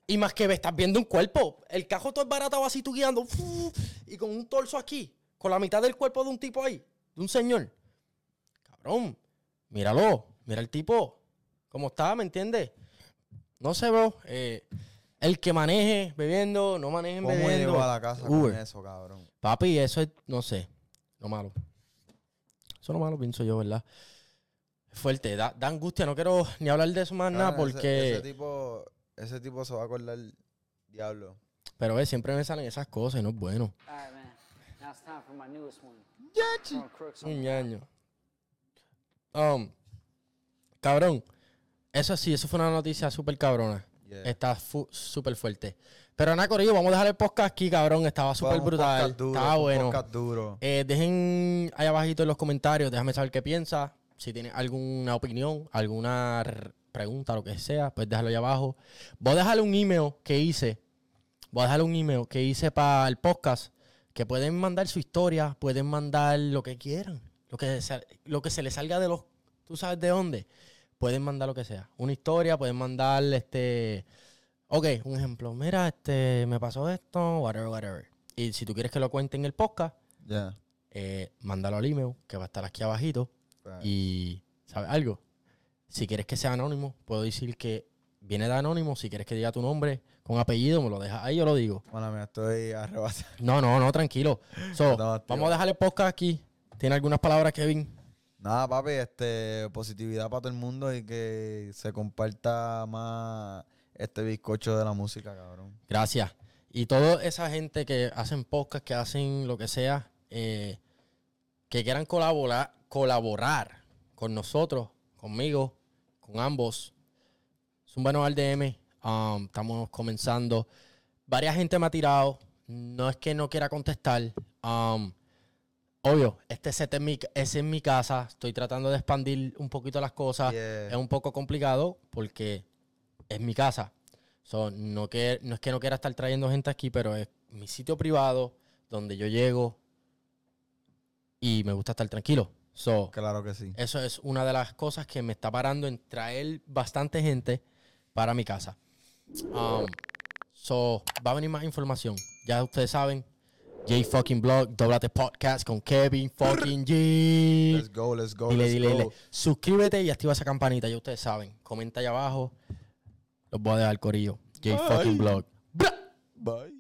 [SPEAKER 1] Y más que ve, estás viendo un cuerpo. El cajo todo es barato, así tú guiando, fu- y con un torso aquí, con la mitad del cuerpo de un tipo ahí, de un señor. Cabrón, míralo, mira el tipo, cómo está, ¿me entiendes? No sé, bro. eh, el que maneje bebiendo, no manejen
[SPEAKER 2] ¿Cómo
[SPEAKER 1] bebiendo.
[SPEAKER 2] llegó a la casa
[SPEAKER 1] Uber.
[SPEAKER 2] con eso, cabrón?
[SPEAKER 1] Papi, eso es, no sé, lo malo. Eso es lo malo, pienso yo, ¿verdad? Fuerte, da, da angustia, no quiero ni hablar de eso más nada
[SPEAKER 2] Cabrón, Ah, ese-
[SPEAKER 1] porque...
[SPEAKER 2] Ese, tipo, ese tipo se va a acordar, diablo.
[SPEAKER 1] Pero ves, siempre me salen esas cosas y no es bueno. Un ñaño. Um, cabrón, eso sí, eso fue una noticia súper cabrona.
[SPEAKER 2] Yeah.
[SPEAKER 1] Está fu- súper fuerte. Pero nada, Corillo, vamos a dejar el podcast aquí, cabrón. Estaba súper
[SPEAKER 2] Fue un
[SPEAKER 1] brutal.
[SPEAKER 2] podcast duro,
[SPEAKER 1] Estaba
[SPEAKER 2] fue un
[SPEAKER 1] bueno.
[SPEAKER 2] podcast duro.
[SPEAKER 1] Eh, dejen ahí abajito en los comentarios, déjame saber qué piensas. Si tienes alguna opinión, alguna r- pregunta, lo que sea, pues déjalo ahí abajo. Voy a dejar un email que hice. Voy a dejar un email que hice para el podcast. Que pueden mandar su historia, pueden mandar lo que quieran. Lo que, se- lo que se les salga de los. Tú sabes de dónde. Pueden mandar lo que sea. Una historia, pueden mandar este. Ok, un ejemplo. Mira, este, me pasó esto, whatever, whatever. Y si tú quieres que lo cuente en el podcast,
[SPEAKER 2] Ya.
[SPEAKER 1] eh, mándalo al email que va a estar aquí abajito. Y, ¿sabes algo? Si quieres que sea anónimo, puedo decir que viene de anónimo. Si quieres que diga tu nombre con apellido, me lo dejas ahí, yo lo digo.
[SPEAKER 2] Bueno, me estoy arrebatando.
[SPEAKER 1] No, no, no, tranquilo. So,
[SPEAKER 2] No, tío.
[SPEAKER 1] vamos a dejarle podcast aquí. ¿Tiene algunas palabras, Kevin?
[SPEAKER 2] Nada, papi, este, positividad para todo el mundo y que se comparta más este bizcocho de la música, cabrón.
[SPEAKER 1] Gracias. Y toda esa gente que hacen podcast, que hacen lo que sea, eh, que quieran colaborar, colaborar con nosotros, conmigo, con ambos, zumbanos al DM. um, estamos comenzando. Varias gente me ha tirado. No es que no quiera contestar. um, obvio, este set es mi, es en mi casa. Estoy tratando de expandir un poquito las cosas.
[SPEAKER 2] Yeah.
[SPEAKER 1] Es Ah, un poco complicado porque es mi casa. So, no, que, no es que no quiera estar trayendo gente aquí, pero es mi sitio privado donde yo llego y me gusta estar tranquilo. So,
[SPEAKER 2] Claro que sí.
[SPEAKER 1] eso es una de las cosas que me está parando en traer bastante gente para mi casa. Um, so, va a venir más información. Ya ustedes saben. J fucking blog, doblate podcast con Kevin fucking G.
[SPEAKER 2] Let's go, let's go,
[SPEAKER 1] Dile,
[SPEAKER 2] let's
[SPEAKER 1] dile,
[SPEAKER 2] go.
[SPEAKER 1] dile. Suscríbete y activa esa campanita, ya ustedes saben. Comenta ahí abajo. Los voy a dejar corillo. J fucking blog.
[SPEAKER 5] Bye.